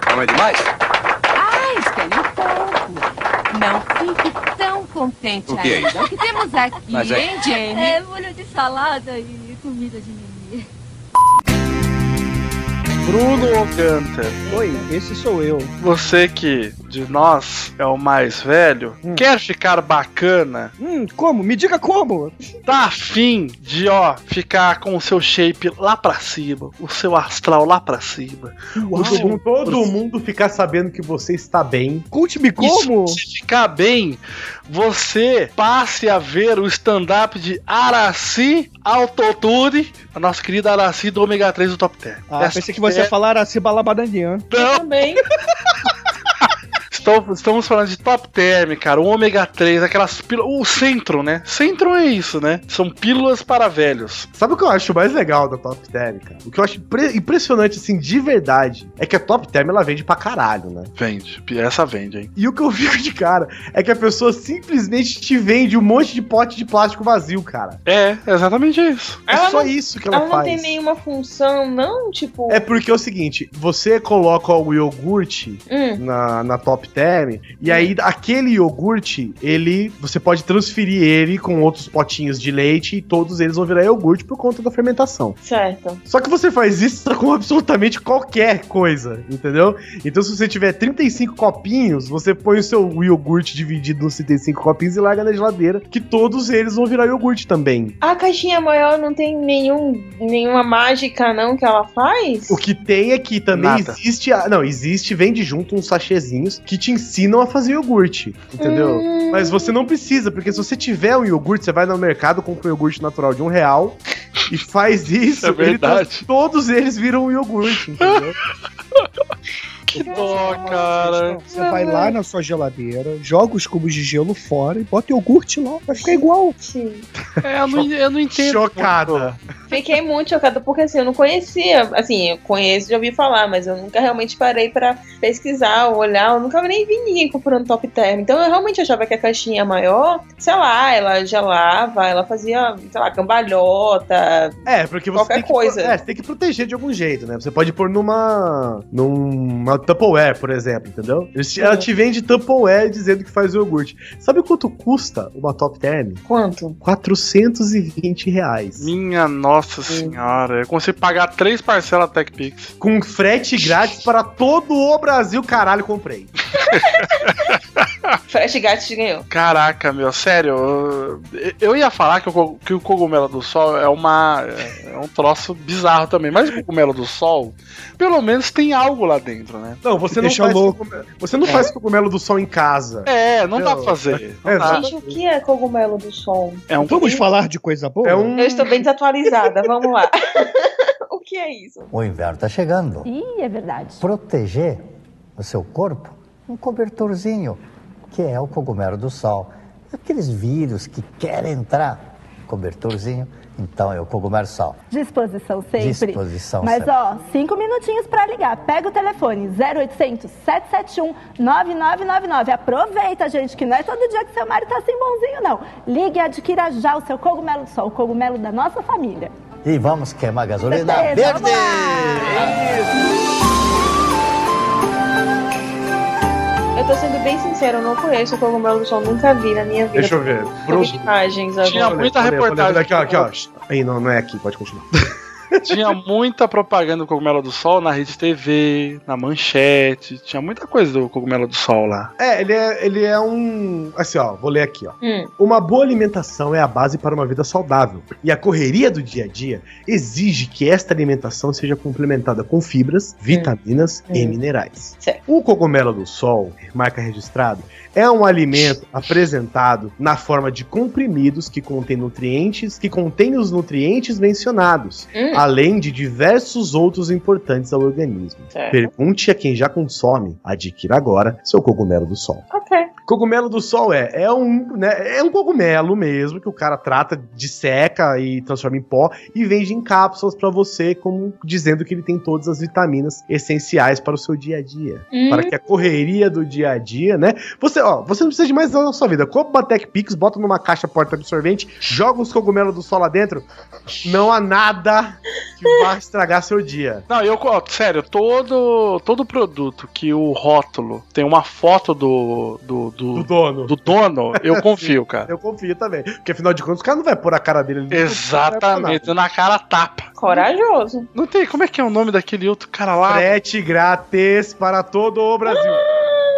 M: Não é demais?
N: Ah, espere um pouco. Não fique tão contente
M: O que é
N: ainda.
M: isso?
N: O que temos aqui,
M: Mas é-
N: hein, Jamie?
O: É molho de salada e comida de nenê.
C: Bruno Alcântara.
E: Oi, esse sou eu.
C: Você que de nós é o mais velho, quer ficar bacana?
E: Hum, como? Me diga como!
C: Tá afim de, ó, ficar com o seu shape lá pra cima, o seu astral lá pra cima.
D: Uau.
C: o seu-
D: Todo mundo ficar sabendo que você está bem.
E: Conte-me
C: como? Se ficar bem, você passe a ver o stand-up de Araci Autotune, a nossa querida Araci do ômega 3 do Top 10.
E: Ah, pensei que você
C: é-
E: ia falar assim, balabadanguinha.
F: também.
C: Estou- estamos falando de top term, cara. O ômega 3, aquelas pílulas. O centro, né? Centro é isso, né? São pílulas para velhos.
D: Sabe o que eu acho mais legal da Top Term, cara? O que eu acho impre- impressionante, assim, de verdade, é que a Top Term ela vende pra caralho, né?
C: Vende. Essa vende, hein?
D: E o que eu [laughs] fico de cara é que a pessoa simplesmente te vende um monte de pote de plástico vazio, cara.
C: É, exatamente isso.
D: É
F: Ela
D: só
F: não-
D: isso que ela,
F: ela não
D: faz.
F: tem nenhuma função, não? Tipo.
D: É porque é o seguinte, você coloca o iogurte
F: Hum.
D: na, na top term, e aí aquele iogurte, ele. Você pode transferir ele com outros potinhos de leite e todos eles vão virar iogurte por conta da fermentação.
F: Certo.
D: Só que você faz isso [laughs] com absolutamente qualquer coisa, entendeu? Então, se você tiver 35 copinhos, você põe o seu iogurte dividido nos 35 copinhos e larga na geladeira, que todos eles vão virar iogurte também.
F: A caixinha maior não tem nenhum, nenhuma mágica, não, que ela faz?
D: O que tem aqui também
F: Nada.
D: existe. a- não, existe, vende junto uns sachêzinhos que te ensinam a fazer iogurte, entendeu?
F: Hum.
D: Mas você não precisa, porque se você tiver um iogurte, você vai no mercado, compra um iogurte natural de um real e
C: [laughs]
D: faz isso.
C: É
D: ele trans-
C: verdade.
D: todos eles viram um
F: [laughs]
D: iogurte, entendeu?
C: Que dó, cara.
E: Você vai lá na sua geladeira, joga os cubos de gelo fora e bota iogurte lá, vai ficar igual.
C: É, eu, não, eu não entendo.
D: Chocada.
F: Fiquei muito chocada, porque assim, eu não conhecia. Assim, eu conheço de ouvir falar, mas eu nunca realmente parei pra pesquisar ou olhar. Eu nunca nem vi ninguém comprando top term. Então eu realmente achava que a caixinha maior, sei lá, ela gelava, ela fazia, sei lá, cambalhota.
D: É, porque você
F: Qualquer
D: tem que,
F: coisa.
D: pro- é, você tem que proteger de algum jeito, né? Você pode pôr numa numa Tupperware, por exemplo, entendeu? Eles te- Ela te vende Tupperware dizendo que faz iogurte. Sabe quanto custa uma Top Term?
F: Quanto?
D: 420 reais.
C: Minha nossa senhora. Eu consegui pagar três parcelas TechPix.
D: Com frete grátis para todo o Brasil, caralho, comprei.
F: Fresh Gat ganhou.
C: Caraca, meu, sério, eu, eu ia falar que o, co- que o cogumelo do sol é uma. é um troço bizarro também, mas o cogumelo do sol, pelo menos tem algo lá dentro, né?
D: Não, você não
C: Deixa
D: faz
C: louco.
D: cogumelo- você
F: É.
D: não faz cogumelo do sol em casa.
C: É, não dá pra fazer.
D: É,
F: Gente, o que é cogumelo do som?
C: É um-
E: Vamos falar de coisa boa?
D: É um...
F: Eu estou bem desatualizada, vamos lá. Hum. [laughs] o que é isso?
P: O inverno está chegando.
F: Ih, é verdade.
P: Proteger o seu corpo um cobertorzinho, que é o cogumelo do sol. Aqueles vírus que querem entrar, cobertorzinho, então é o cogumelo sol.
Q: Disposição sempre.
P: Disposição
Q: Mas
P: sempre.
Q: ó, cinco minutinhos pra ligar. Pega o telefone 0800 771 9999. Aproveita, gente, que não é todo dia que seu marido tá assim bonzinho, não. Ligue e adquira já o seu cogumelo do sol, o cogumelo da nossa família.
P: E vamos queimar gasolina
Q: Beleza,
P: verde!
Q: vamos
F: Eu tô sendo bem sincera, eu não conheço o cogumelo do som, nunca vi na minha vida.
D: Deixa eu ver.
F: Tô vendo imagens agora.
C: Tinha muita
D: Olha, olha,
C: reportagem.
D: olha, Aqui, ó, aqui, ó. Aí, não, não é aqui, pode continuar.
C: Tinha muita propaganda do Cogumelo do Sol na Rede TV, na Manchete, tinha muita coisa do Cogumelo do Sol lá.
D: É, ele é, ele é um. Assim, ó, vou ler aqui, ó.
F: Hum.
D: Uma boa alimentação é a base para uma vida saudável. E a correria do dia a dia exige que esta alimentação seja complementada com fibras, vitaminas e minerais. O cogumelo do sol, marca registrado, é um alimento apresentado na forma de comprimidos que contém nutrientes, que contém os nutrientes mencionados,
R: Hum.
D: além de diversos outros importantes ao organismo.
F: É.
R: Certo.
D: Pergunte a quem já consome, adquira agora seu cogumelo do sol.
F: Ok.
D: Cogumelo do Sol é, é um, né, é um cogumelo mesmo que o cara trata de seca e transforma em pó e vende em cápsulas pra você, como dizendo que ele tem todas as vitaminas essenciais para o seu dia a dia,
R: Hum.
D: para que a correria do dia a dia, né? Você, ó, você não precisa de mais nada na sua vida. Compra uma Tech Pix, bota numa caixa porta absorvente, joga os cogumelos do sol lá dentro, não há nada que vá estragar seu dia.
C: Não, eu, ó, sério, todo, todo produto que o rótulo tem uma foto do, do, do,
D: dono.
C: do dono, eu confio,
D: [laughs] Sim,
C: cara.
D: Eu confio também. Porque afinal de contas, o cara não vai pôr a cara dele ali. é
C: Exatamente, na cara tapa.
F: Corajoso.
C: Não tem, como é que é o nome daquele outro cara lá?
D: Frete grátis para todo o Brasil.
F: Ah!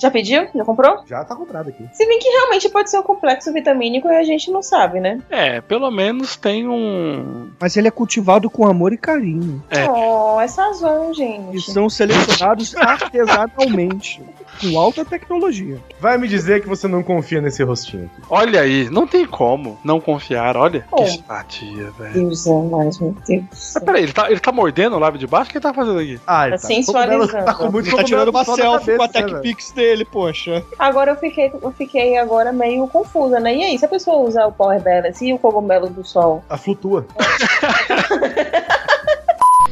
F: Já pediu? Já comprou?
D: Já tá comprado aqui.
F: Se bem que realmente pode ser um complexo vitamínico e a gente não sabe, né?
C: É, pelo menos tem um.
E: Mas ele é cultivado com amor e carinho.
F: Oh, é sazão, gente.
E: E são selecionados [laughs] artesanalmente, com alta tecnologia.
D: Vai me dizer que você não confia nesse rostinho aqui.
C: Olha aí, não tem como não confiar, olha.
F: Oh.
C: Que simpatia, velho.
F: Deus é mais, meu Deus.
C: Mas peraí, ele tá, ele tá mordendo o lábio de baixo? O que ele tá fazendo aqui?
D: Ah,
F: ele Tá tá. sensualizando. Cogumelo- tá com muito
E: Ele tá
F: cogumelo
E: tirando uma
F: só na
E: selfie com a
F: cabeça, né, velho?
E: TechPix dele, poxa.
F: Agora eu fiquei, eu fiquei agora meio confusa, né? E aí, se a pessoa usar o Power Balance e o cogumelo do sol?
D: A flutua.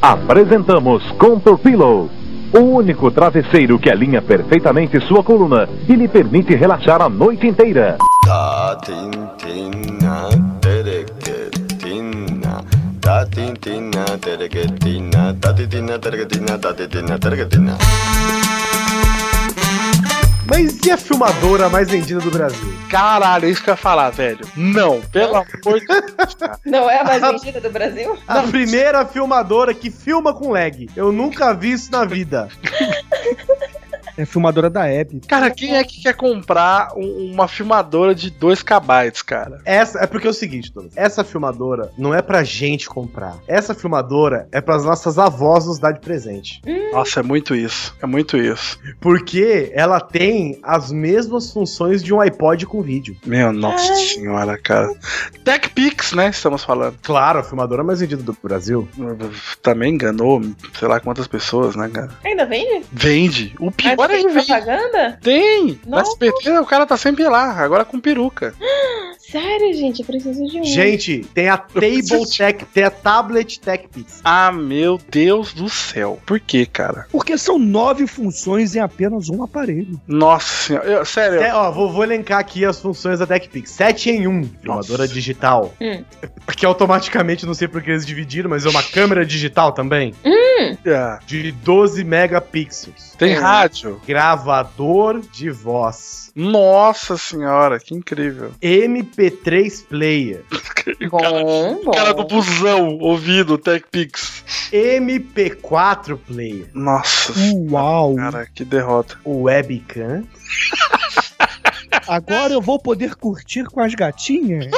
J: Apresentamos Contour Pillow, o único travesseiro que alinha perfeitamente sua coluna e lhe permite relaxar a noite inteira.
S: Da tin tin na tereketina. Da tin tin na tereketina. Da tin tin na tereketina. Da tin tin na tereketina.
D: Mas e a filmadora mais vendida do Brasil?
C: Caralho, é isso que eu ia falar, velho. Não, [laughs] pelo amor de Deus. cara.
F: Não é a
D: [laughs]
F: mais vendida do Brasil?
D: A primeira filmadora que filma com lag. Eu nunca vi isso na vida.
E: É filmadora da Abby.
C: Cara, quem é que quer comprar um- uma filmadora de 2kb, cara?
D: Essa é porque é o seguinte, Douglas. Essa filmadora não é pra gente comprar. Essa filmadora é pras nossas avós nos dar de presente.
C: Nossa, é muito isso. É muito isso.
D: Porque ela tem as mesmas funções de um iPod com vídeo.
C: Meu, nossa senhora, cara. TechPix, né? Estamos falando.
D: Claro, a filmadora mais vendida do Brasil.
C: Também enganou, sei lá quantas pessoas, né, cara?
F: Ainda vende?
C: Vende. O pior
F: Mas
C: é
F: tem
C: que vende.
F: propaganda?
C: Tem! Na
F: Nossa.
C: SBT o cara tá sempre lá, agora com peruca.
F: Sério, gente, eu preciso de um.
D: Gente, tem a Table Tech, tem a Tablet Tech Pix.
C: Ah, meu Deus do céu. Por que, cara?
E: Porque são nove funções em apenas um aparelho.
C: Nossa senhora, eu- sério.
D: É, ó, vou, vou elencar aqui as funções da TechPix. 7 em 1, filmadora digital.
F: Hum.
D: Que automaticamente, não sei porque eles dividiram, mas é uma câmera digital também. De 12 megapixels.
C: Tem
F: É.
C: rádio.
D: Gravador de voz.
C: Nossa senhora, que incrível.
D: MP3 player.
C: o cara, o cara do busão ouvido o TechPix.
D: MP4 player.
C: Nossa.
F: Hum.
E: Uau.
C: Cara, que
F: [laughs]
C: derrota.
D: Webcam.
E: Agora eu vou poder curtir com as gatinhas?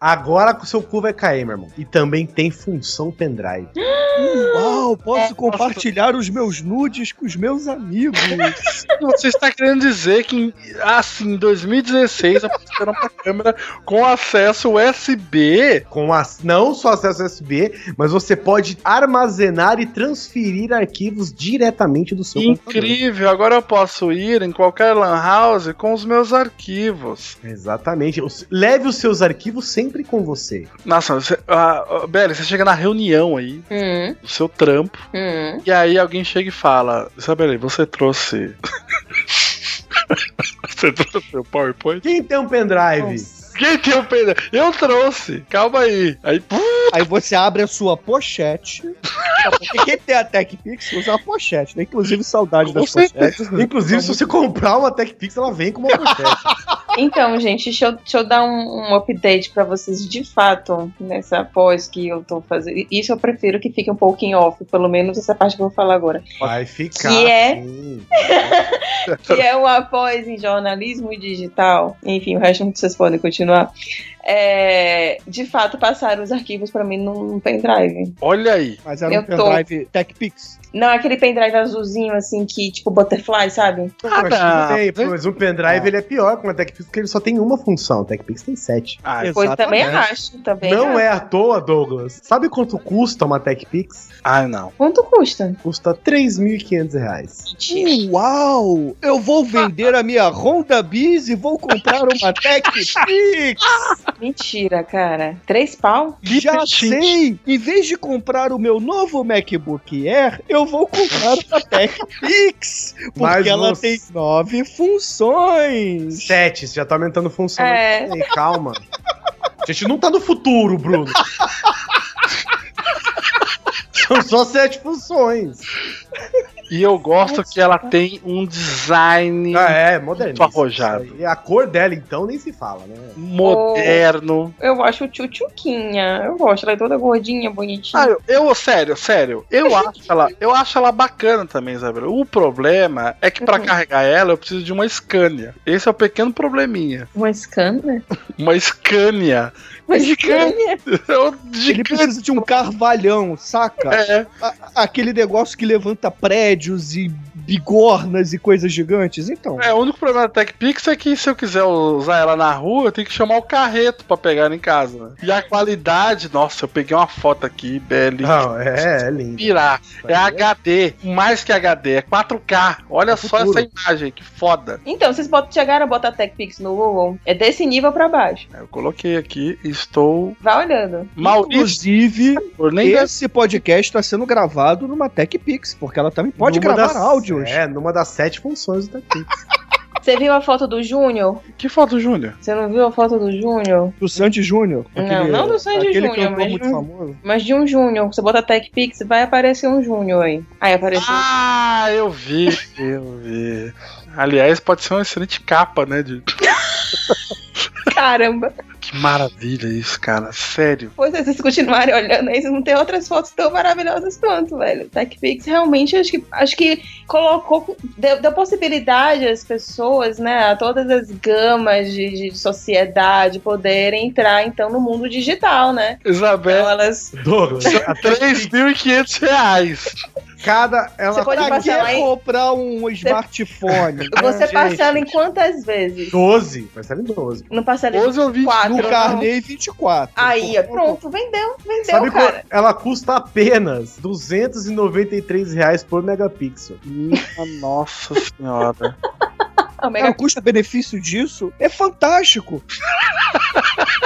D: Agora o seu cu vai cair, meu irmão. E também tem função pendrive.
E: Uau, posso compartilhar os meus nudes com os meus amigos.
C: Você está querendo dizer que, em- assim, em 2016 apareceram uma câmera com acesso USB?
D: Com as, não só acesso USB, mas você pode armazenar e transferir arquivos diretamente do seu computador.
C: Incrível, agora eu posso ir em qualquer lan house com os meus arquivos.
D: Exatamente. Os- Leve os seus arquivos sempre com você.
C: Nossa, você, ah, ah, Belly, você chega na reunião aí,
F: Hum,
C: do seu trampo,
F: hum.
C: e aí alguém chega e fala: Isabelle, você trouxe. [laughs] você trouxe o PowerPoint?
D: Quem tem um pendrive?
C: Quem tem um pendrive? Eu trouxe, calma aí. Aí,
E: Aí você abre a sua pochete. Porque quem tem a TechPix usa a pochete, né? Inclusive, saudade das pochetes.
D: Inclusive, se você comprar uma TechPix, ela vem com uma pochete.
F: Então, gente, deixa eu, deixa eu dar um, um update pra vocês de fato nessa pós que eu tô fazendo. Isso eu prefiro que fique um pouco em off, pelo menos essa parte que eu vou falar agora.
D: [laughs] Vai ficar. assim.
F: Que é-
D: sim.
F: que é uma pós em jornalismo digital. Enfim, o resto vocês podem continuar. É, de fato, passaram os arquivos pra mim num pendrive.
C: olha aí.
E: Mas um
F: Eu
E: pendrive TechPix.
F: Não, aquele pendrive azulzinho, assim, que tipo butterfly, sabe?
D: Ah, tá. tem, pô, mas o pendrive ele é pior que uma TechPix, porque ele só tem uma função. O TechPix tem sete.
F: Ah, Pois também acho, também né?
D: Não
F: acho.
D: é à toa, Douglas. Sabe quanto custa uma TechPix?
C: Ah, não.
F: Quanto custa?
D: Custa 3.500 reais.
E: Uau! Eu vou vender a minha Honda Biz e vou comprar uma TechPix.
F: Hum. Mentira, cara. Três pau?
E: Já sei! Em vez de comprar o meu novo MacBook Air, eu vou comprar uma TechPix. Porque
D: Mas
E: ela
D: você-
E: tem nove funções.
D: Sete, você já tá aumentando função.
E: É.
D: Ei, Calma. A gente não tá no futuro, Bruno. São só sete funções.
C: E eu gosto que ela tem um design.
D: Ah, é, moderno.
C: arrojado.
D: E a cor dela, então, nem se fala,
E: é.
D: né?
C: Moderno.
F: Eu acho tchutchuquinha. Eu gosto, ela é toda gordinha, bonitinha.
C: Ah, eu, eu- sério, sério,
E: [laughs]
C: eu acho ela, eu acho ela bacana também, Isabela. O problema é que pra
E: Uhum.
C: carregar ela eu preciso de uma Scania. Esse é o pequeno probleminha.
F: Ah, Uma Scania?
C: Uma Scania. [laughs]
F: Uma Scania?
E: Ele precisa de um carvalhão, saca?
C: É.
E: A- aquele negócio que levanta prédios e bigornas e coisas gigantes. Então.
C: É, o único problema da TechPix é que se eu quiser usar ela na rua, eu tenho que chamar o carreto pra pegar ela em casa, né? E a qualidade, nossa, eu peguei uma foto aqui, Beli.
D: Não, é, é lindo.
C: Pirar. É HD, mais que HD, é 4K. Olha só essa imagem, que foda.
F: Então, vocês botam- chegaram a botar TechPix no Google? É desse nível pra baixo.
C: né? Eu coloquei aqui, estou.
F: Vai olhando.
C: Maurício.
E: Inclusive,
C: nem-
E: esse podcast está sendo gravado numa TechPix, porque ela também pode
D: Numa
E: gravar
D: das-
E: áudios.
D: É, numa das sete funções do TechPix.
F: Você viu a foto do Júnior?
C: Que foto, Júnior?
F: Você não viu a foto do Júnior?
E: Do Sandy Júnior.
F: Não, não do Sandy
E: aquele
F: Júnior,
E: cantor
F: mas,
E: muito
F: de um-
E: famoso.
F: mas de um Júnior. Você bota TechPix, vai aparecer um Júnior aí. Aí apareceu.
C: Ah, eu vi, eu vi. Aliás, pode ser uma excelente capa, né? de-
F: Caramba.
C: Que maravilha isso, cara. Sério.
F: Pois é, se vocês continuarem olhando aí, vocês não tem outras fotos tão maravilhosas quanto, velho. TechPix realmente acho que, acho que colocou, deu, deu possibilidade às pessoas, né, a todas as gamas de, de sociedade poderem entrar então no mundo digital, né?
E: É.
C: Isabela.
F: elas...
D: [laughs] Douglas, a
C: 3.500 reais.
D: Cada.
E: É
D: Ela
F: Você pode
E: pra que
F: parcelar em-
E: comprar
F: [laughs]
E: um smartphone?
F: Você
E: Ah, gente,
F: parcela em quantas vezes?
D: 12. Parcela em 12.
F: Não parcela em
C: 12 ou 20?
F: é quatro,
E: No
F: não.
E: Carnei 24.
F: Aí, ó, pronto, vendeu, vendeu,
D: Sabe
F: Então, cara.
D: quanto? Ela custa apenas 293 reais por megapixel.
C: Nossa senhora.
F: O
E: Cara, é o custo-benefício disso
F: [laughs]
E: é fantástico.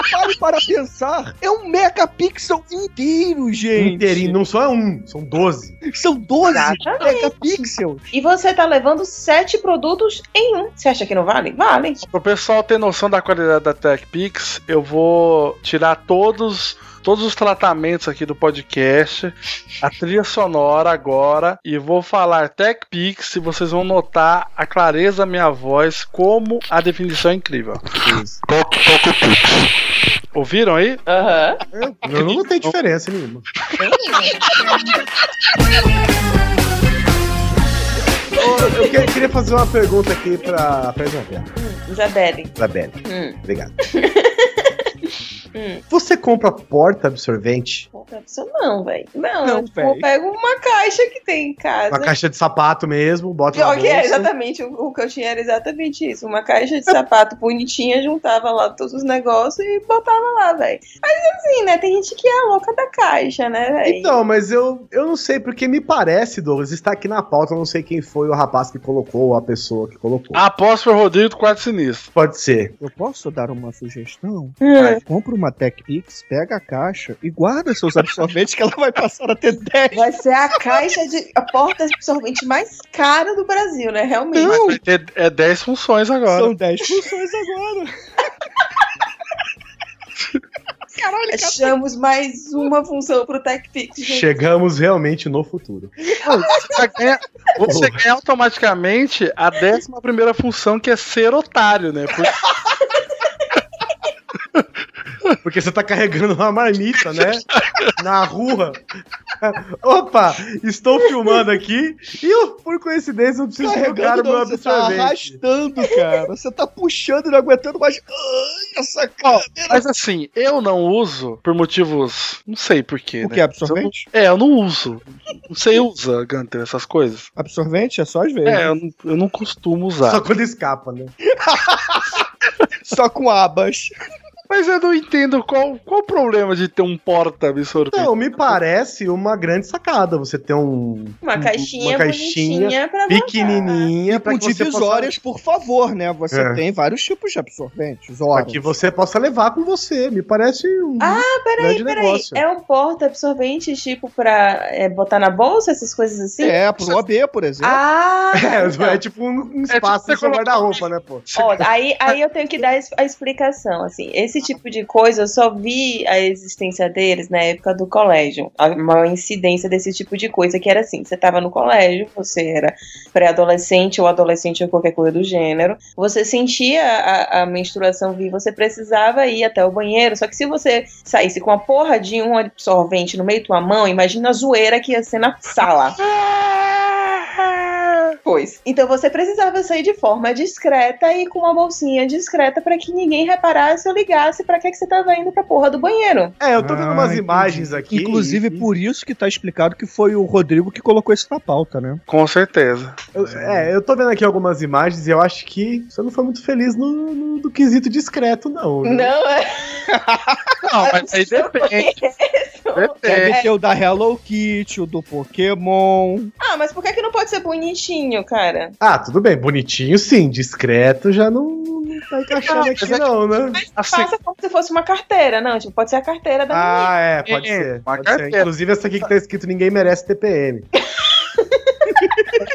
E: Pare para pensar. É um megapixel inteiro, gente.
D: Inteirinho, não só é um, são 12.
E: São 12
F: Exatamente.
E: megapixels.
F: E você tá levando sete produtos em um. Você acha que não vale? Vale.
C: Pro pessoal ter noção da qualidade da TechPix, eu vou tirar todos todos os tratamentos aqui do podcast, a trilha sonora agora e vou falar TechPix e vocês vão notar a clareza da minha voz como a definição é incrível. Ouviram aí?
F: Aham.
D: Não, não tem diferença nenhuma. Ô, Eu que- queria fazer uma pergunta aqui pra, pra Isabela.
F: Isabelle.
D: Isabela,
F: Hum.
D: obrigado.
F: [laughs] Hum.
D: Você compra porta absorvente?
F: Puta, Isso não, velho. Não,
D: Não,
F: tipo,
D: véi.
F: eu pego uma caixa que tem em casa.
D: Uma caixa de sapato mesmo, bota na
F: Pior que é,
D: bolsa.
F: exatamente. O, o que eu tinha era exatamente isso. Uma caixa de sapato [laughs] bonitinha, juntava lá todos os negócios e botava lá, velho. Mas assim, né? Tem gente que é a louca da caixa, né, velho?
D: Então, mas eu, eu não sei, porque me parece, Douglas, está aqui na pauta, eu não sei quem foi o rapaz que colocou, ou a pessoa que colocou.
C: Aposto que foi o Rodrigo do Quarto Sinistro.
D: Pode ser.
E: Eu posso dar uma sugestão?
F: Hum.
E: Vai, Compra uma TechPix, pega a caixa e guarda seus absorventes que ela vai passar a ter 10.
F: Vai ser a caixa de. a porta de absorvente mais cara do Brasil, né? Realmente.
C: Mas vai ter é 10 funções agora.
E: São 10 funções agora.
F: Achamos mais uma função pro TechPix. gente.
D: Chegamos realmente no futuro.
C: [laughs] Você vai ganhar- Você ganha automaticamente a 11 primeira função, que é ser otário, né? Porque
D: [laughs] Porque você tá carregando uma marmita, né? Na rua. Opa, estou filmando aqui e eu, por coincidência, eu preciso trocar
E: Carregando,
D: o meu
E: não, você tá
D: absorvente.
E: arrastando, cara. Você tá puxando e não aguentando mais. Ai, essa câmera.
C: Mas assim, eu não uso por motivos. Não sei porquê.
E: O que, absorvente?
C: é, eu não uso. Você usa, Gunter, essas coisas?
E: Absorvente é só às vezes.
C: É, eu não, eu não costumo usar.
D: Só quando escapa, né?
E: É, Só com abas.
C: Mas eu não entendo qual, qual o problema de ter um porta-absorvente.
D: Não, Então, me parece uma grande sacada você ter um.
F: Uma
D: um-
F: caixinha bonitinha pra
D: pequenininha pra
E: Com
D: que você possa,
E: divisórias, por favor, né? Você
D: É.
E: tem vários tipos de absorventes.
D: pra
E: Órgãos.
D: que você possa levar com você. Me parece um.
F: Ah, peraí,
D: Grande
F: peraí.
D: negócio.
F: É um porta-absorvente, tipo, pra é, botar na bolsa, essas coisas assim?
E: É, pro OB, por exemplo.
F: Ah!
D: [laughs] É, é tipo um, um espaço no seu guarda-roupa, né, pô?
F: Olha, aí, aí eu tenho que dar es- a explicação, assim, esse tipo de coisa eu só vi a existência deles na época do colégio, a- uma incidência desse tipo de coisa, que era assim, você tava no colégio, você era pré-adolescente ou adolescente ou qualquer coisa do gênero, você sentia a, a menstruação vir, você precisava ir até o banheiro, só que se você saísse com a porra de um absorvente no meio da tua mão, imagina a zoeira que ia ser na sala. Pois. Então você precisava sair de forma discreta e com uma bolsinha discreta pra que ninguém reparasse ou ligasse pra que, que você tava indo pra porra do banheiro.
D: É, eu tô vendo umas imagens aqui.
E: Inclusive, por isso que tá explicado que foi o Rodrigo que colocou isso na pauta, né?
C: Com certeza.
D: Eu- é, eu tô vendo aqui algumas imagens e eu acho que você não foi muito feliz no, no- do quesito discreto, não. né? viu?
F: Não, é.
C: Uhum. [laughs] Não, mas aí depende. É,
F: é,
E: Deve ter é o da Hello Kitty, o do Pokémon.
F: Ah, mas por que, que não pode ser bonitinho, cara?
D: Ah, tudo bem, bonitinho sim, discreto já não, não tá encaixando
F: Ah,
D: aqui, não, né?
C: Assim-
F: Faça como se fosse uma carteira, não. Tipo, pode ser a carteira da menina.
D: Ah, é, pode,
F: É,
D: ser,
F: uma
D: pode ser.
F: carteira.
D: Inclusive, essa aqui que tá escrito Ninguém Merece TPM.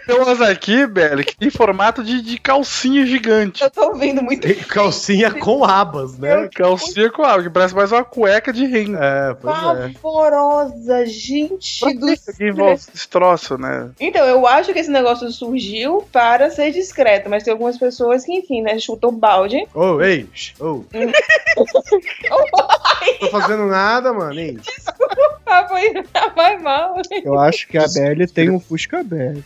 C: Tem umas aqui, Belly, que tem formato de, de calcinha gigante.
F: [laughs] Eu tô ouvindo muito.
D: Calcinha com abas, né?
C: Calcinha com água, que parece mais uma cueca de rim.
D: É,
F: Pavorosa, gente do
C: Que
F: céu.
C: destroço, né?
F: Então, eu acho que esse negócio surgiu para ser discreto, mas tem algumas pessoas que, enfim, né, chutam balde. [laughs]
D: Ô, ei, shh, ô. Tô fazendo nada, mano. Ei.
F: Ah, foi, vai mal.
E: Eu acho que a Belly tem um Fusca Belly.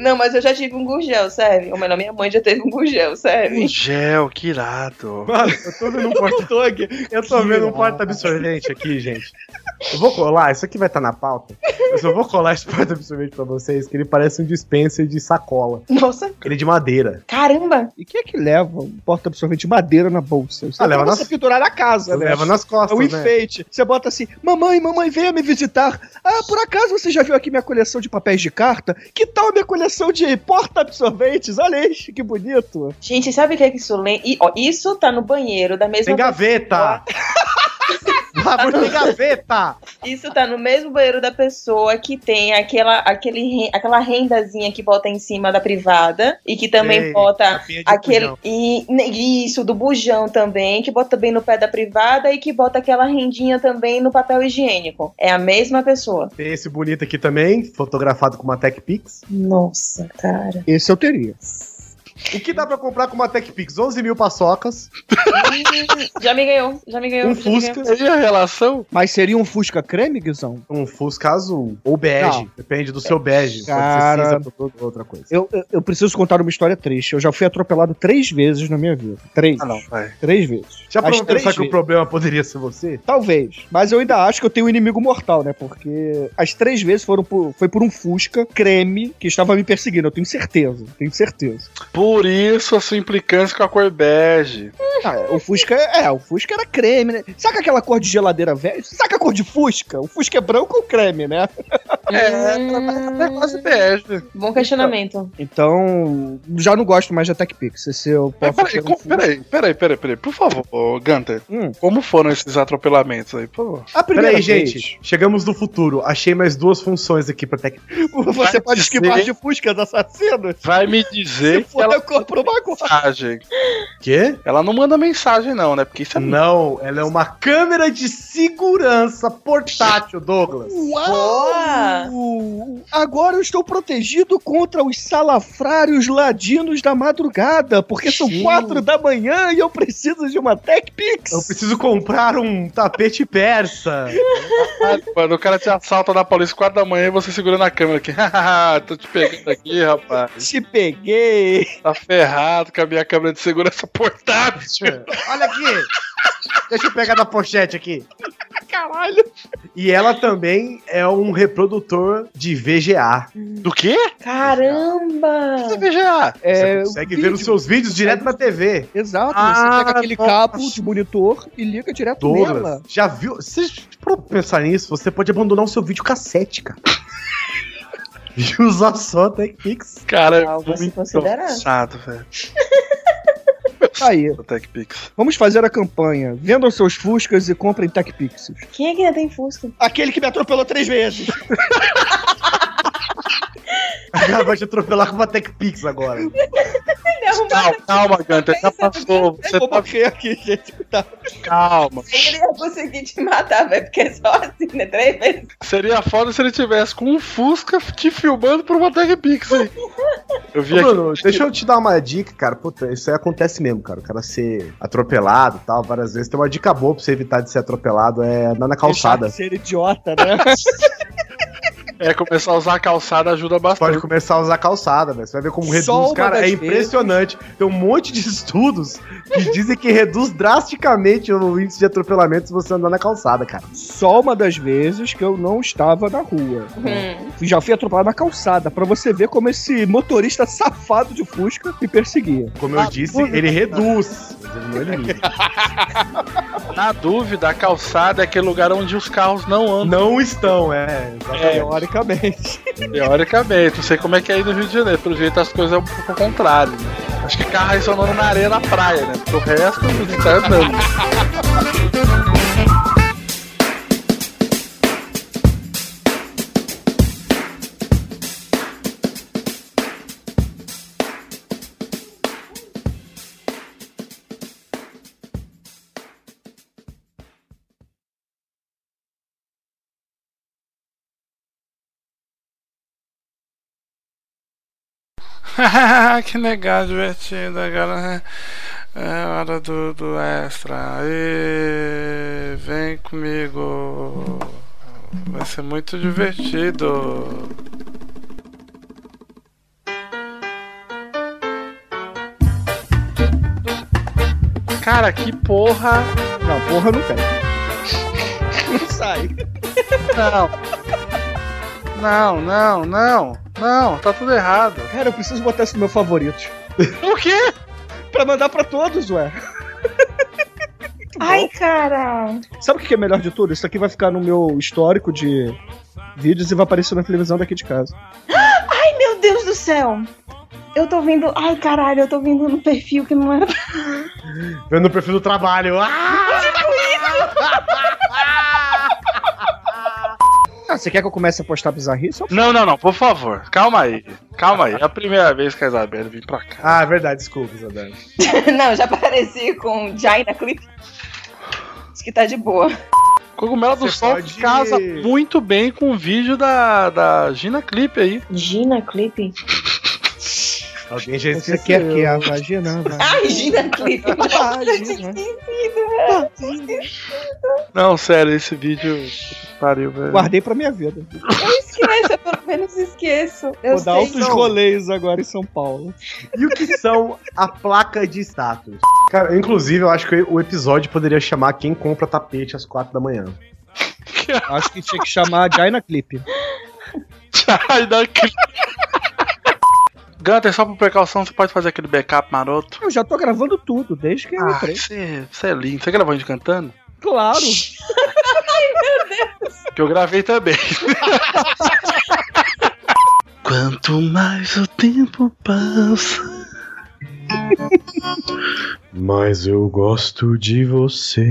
F: Não, mas eu já tive um gurgel, serve. Ou melhor, minha mãe já teve um gurgel, serve.
C: Gel, que irado.
D: Mano, eu tô vendo um porta aqui. Eu tô vendo um porta-absorvente aqui, gente. Eu vou colar, isso aqui vai estar na pauta. Eu só vou colar esse porta-absorvente pra vocês, que ele parece um dispenser de sacola.
F: Nossa.
D: Ele é de madeira.
F: Caramba!
E: E quem é que leva um porta-absorvente de madeira na bolsa? Isso
D: Ah,
E: é pra
D: leva
E: você
D: nas-
E: pendurar na casa, né?
D: Leva nas costas,
E: É um
D: né?
E: enfeite. Você bota assim, mamãe, mamãe, venha me visitar. Ah, por acaso você já viu aqui minha coleção de papéis de carta? Que tal a minha coleção de porta-absorventes? Olha isso, que bonito.
F: Gente, sabe o que é que isso lembra? Isso tá no banheiro da mesma
D: Tem [laughs] gaveta! Por tem gaveta!
F: Isso tá no mesmo banheiro da pessoa que tem aquela, aquele, ren- aquela rendazinha que bota em cima da privada e que também
N: Sei,
F: bota
N: capinha de
F: aquele
N: bujão.
F: e, e isso do bujão também, que bota bem no pé da privada e que bota aquela rendinha também no papel higiênico. É a mesma pessoa.
D: Tem esse bonito aqui também, fotografado com uma Tech Pix.
F: Nossa,
E: [laughs]
F: cara.
E: Esse eu teria.
D: O que dá pra comprar com uma Tech Pix? 11 mil paçocas.
F: já me ganhou, já me ganhou.
D: Um
F: já me
D: Fusca.
F: ganhou.
C: a relação?
E: Mas seria um Fusca creme, Guizão?
D: Um Fusca azul. Ou bege.
E: Não.
D: Depende do seu bege.
E: Cara.
D: Pode ser cinza ou outra coisa.
E: Eu, eu, eu preciso contar uma história triste. Eu já fui atropelado três vezes na minha vida. Três.
D: Ah, não, vai.
E: Três vezes.
D: Já
E: As
D: pra
E: três
D: pensar que o
E: vezes.
D: problema poderia ser você?
E: Talvez. Mas eu ainda acho que eu tenho um inimigo mortal, né? Porque as três vezes foram por- foi por um Fusca creme que estava me perseguindo. Eu tenho certeza. Tenho certeza.
C: Por isso a sua implicância com a cor bege.
E: Ah, o Fusca é, o Fusca era creme, né? Saca aquela cor de geladeira velha? Saca a cor de Fusca? O Fusca é branco ou creme, né?
C: É, é quase bege.
F: Hum, Bom questionamento.
E: Então, já não gosto mais de Tech Pix. Esse eu
C: Mas
E: posso
C: É, peraí,
E: ter um
C: co-
E: Fusca.
C: peraí, peraí, peraí, peraí, por favor, ô, Gunter. Como foram esses atropelamentos aí, por favor?
E: A primeira
D: Peraí,
E: vez.
D: gente. Chegamos no futuro. Achei mais duas funções aqui pra Tech Pix.
E: Você pode esquivar
C: dizer-
E: de Fuscas assassinos?
C: Vai me dizer
E: Se for, eu compro uma agora.
C: mensagem.
D: Quê?
C: Ela não manda manda mensagem, não, né? Porque isso é.
D: Não, ela é uma câmera de segurança portátil, Douglas.
E: Então. Uau! Agora eu estou protegido contra os salafrários ladinos da madrugada, porque são quatro da manhã e eu preciso de uma Tech Pix.
D: Eu preciso comprar um tapete persa.
C: Mano, o cara te assalta na Paulista 4 da manhã e você segurando a câmera aqui. [laughs] Tô te pegando aqui, rapaz.
E: Te peguei.
C: Tá ferrado com a minha câmera de segurança [laughs]
E: [laughs]
C: portátil.
D: Olha aqui. Deixa eu pegar da pochete aqui.
C: Caralho.
D: E ela também é um reprodutor de VGA.
C: Do quê?
F: Caramba!
C: O que é VGA?
D: Você consegue ver os seus vídeos direto na TV.
E: Exato.
D: Ah,
E: você pega aquele
D: nossa.
E: cabo de monitor e liga direto
D: Douglas,
E: nela.
D: já viu? Se você for pensar nisso, você pode abandonar o seu vídeo cassete, cara. [laughs] e usar só TechPix. [laughs]
C: Cara,
F: Algo a se considerar.
C: chato, velho.
E: Tá Aí,
C: O TechPix.
E: vamos fazer a campanha. Vendam seus Fuscas e comprem Tech Pixels.
F: Quem é que ainda tem Fusca?
E: Aquele que me atropelou três vezes.
D: Ela vai te atropelar com uma TechPix agora.
F: Ele arrumou
C: Calma, calma, Gunter. Já passou. Você
E: Vou
C: tá
E: morrer aqui, gente. Tá.
C: calma.
F: ele ia conseguir te matar, velho, porque é só assim, né? Três vezes.
C: Seria foda se ele tivesse com um Fusca te filmando por uma Tag Pix [laughs] aí. Eu vi
D: Ô, Bruno,
C: aqui.
D: deixa eu te dar uma dica, cara. Puta, isso aí acontece mesmo, cara. O cara ser atropelado e tal, várias vezes. Tem uma dica boa pra você evitar de ser atropelado, é andar na calçada.
E: Deixar de Ser idiota, né? [laughs]
C: É, começar a usar a calçada ajuda
D: Pode
C: bastante.
D: começar a usar calçada, velho. Você vai ver como
E: Só
D: reduz.
E: uma
D: cara, é
E: das
D: impressionante. Tem um monte de [laughs] estudos que dizem que reduz drasticamente o índice de atropelamento se você andar na calçada, cara.
E: Só uma das vezes que eu não estava na rua.
F: Hum.
E: Já fui atropelado na calçada, pra você ver como esse motorista safado de Fusca me perseguia.
D: Como eu disse, ele reduz. Mas ele não é elimina.
C: Na dúvida, a calçada é aquele lugar onde os carros não andam.
D: não estão, é. exatamente.
E: Teoricamente.
C: Teoricamente, não sei como é que é aí no Rio de Janeiro. Pelo jeito as coisas é um pouco ao contrário. Né? Acho que carro ressonando na areia na praia, né? Porque o resto não tá andando. [laughs] que legal, divertido agora. né? É hora do, do extra. E vem comigo. Vai ser muito divertido. Cara, que porra.
E: Não, porra, não tem. Não sai.
C: Não. Não, não, não. Não, tá tudo errado.
E: Cara, eu preciso botar isso no meu favorito.
C: O quê?
E: Pra mandar pra todos, ué.
F: Ai, cara.
E: Sabe o que é melhor de tudo? Isso aqui vai ficar no meu histórico de vídeos e vai aparecer na televisão daqui de casa.
F: Ai, meu Deus do céu. Eu tô vendo. Ai, caralho, eu tô vendo no perfil que não é era.
D: Eu não prefiro o trabalho. Ah!
E: Ah, você quer que eu comece a postar bizarrice? Eu
C: Não, não, não, por favor. Calma aí. Calma aí. É a primeira vez que a Isabela vem pra cá.
D: Ah, é verdade, desculpa, Zadane.
F: [laughs] Não, já apareci com Jaina Clip. Acho que tá de boa.
C: Cogumelo do
D: Você
C: Sol
D: pode-
C: casa muito bem com o vídeo da, da Gina Clipe aí.
F: Gina Clip?
D: Alguém já
E: Você
F: é
D: esqueceu.
E: quer que é? a [laughs] vagina vá.
F: Ai, Gina
E: [laughs]
F: Clip.
E: Vagina.
C: Não, sério, esse vídeo. puta que Pariu, velho.
E: Guardei pra minha vida.
F: Eu esqueço, eu pelo menos esqueço. Eu
E: Vou dar
F: sei.
E: altos rolês agora em São Paulo.
D: E o que são a placa de status? Cara, inclusive, eu acho que o episódio poderia chamar Quem Compra Tapete às 4 da manhã.
E: Acho que tinha que chamar a Jaina Clip.
C: Ai, da Clipe. Gunter, é só por precaução, você pode fazer aquele backup maroto?
E: Eu já tô gravando tudo, desde que eu
C: Ah,
E: entrei.
C: você você é lindo. Você gravou a gente cantando?
E: Claro.
C: Que eu gravei também. Quanto mais o tempo passa.
D: Mas eu gosto de você.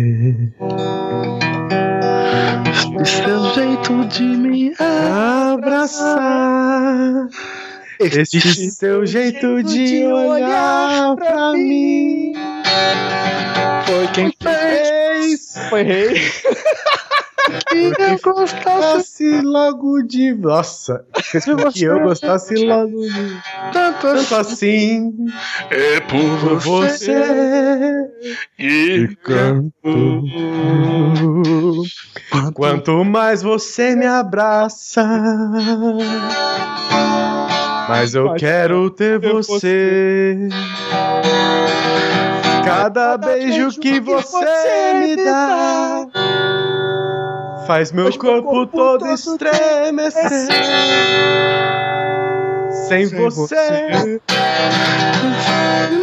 C: E seu jeito de me
D: Abraçar.
C: Este
D: Este seu tipo jeito de
E: de
D: olhar pra mim.
C: Foi quem fez.
D: Foi rei. [laughs] Que eu gostasse logo de. Nossa, que eu gostasse logo de. Tanto, assim.
R: É por você que canto.
D: Quanto mais você me abraça, mais eu quero ter você. Cada beijo que você me dá faz meu corpo todo estremecer. Sem você,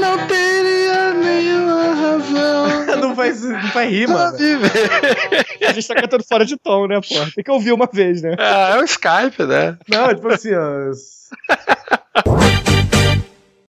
C: não teria nenhuma razão.
D: [laughs] não faz, não faz [laughs] rima.
E: A gente tá cantando fora de tom, né, pô? Tem que ouvir uma vez, né?
C: Ah, é o Skype, né?
D: Não, tipo assim, ó.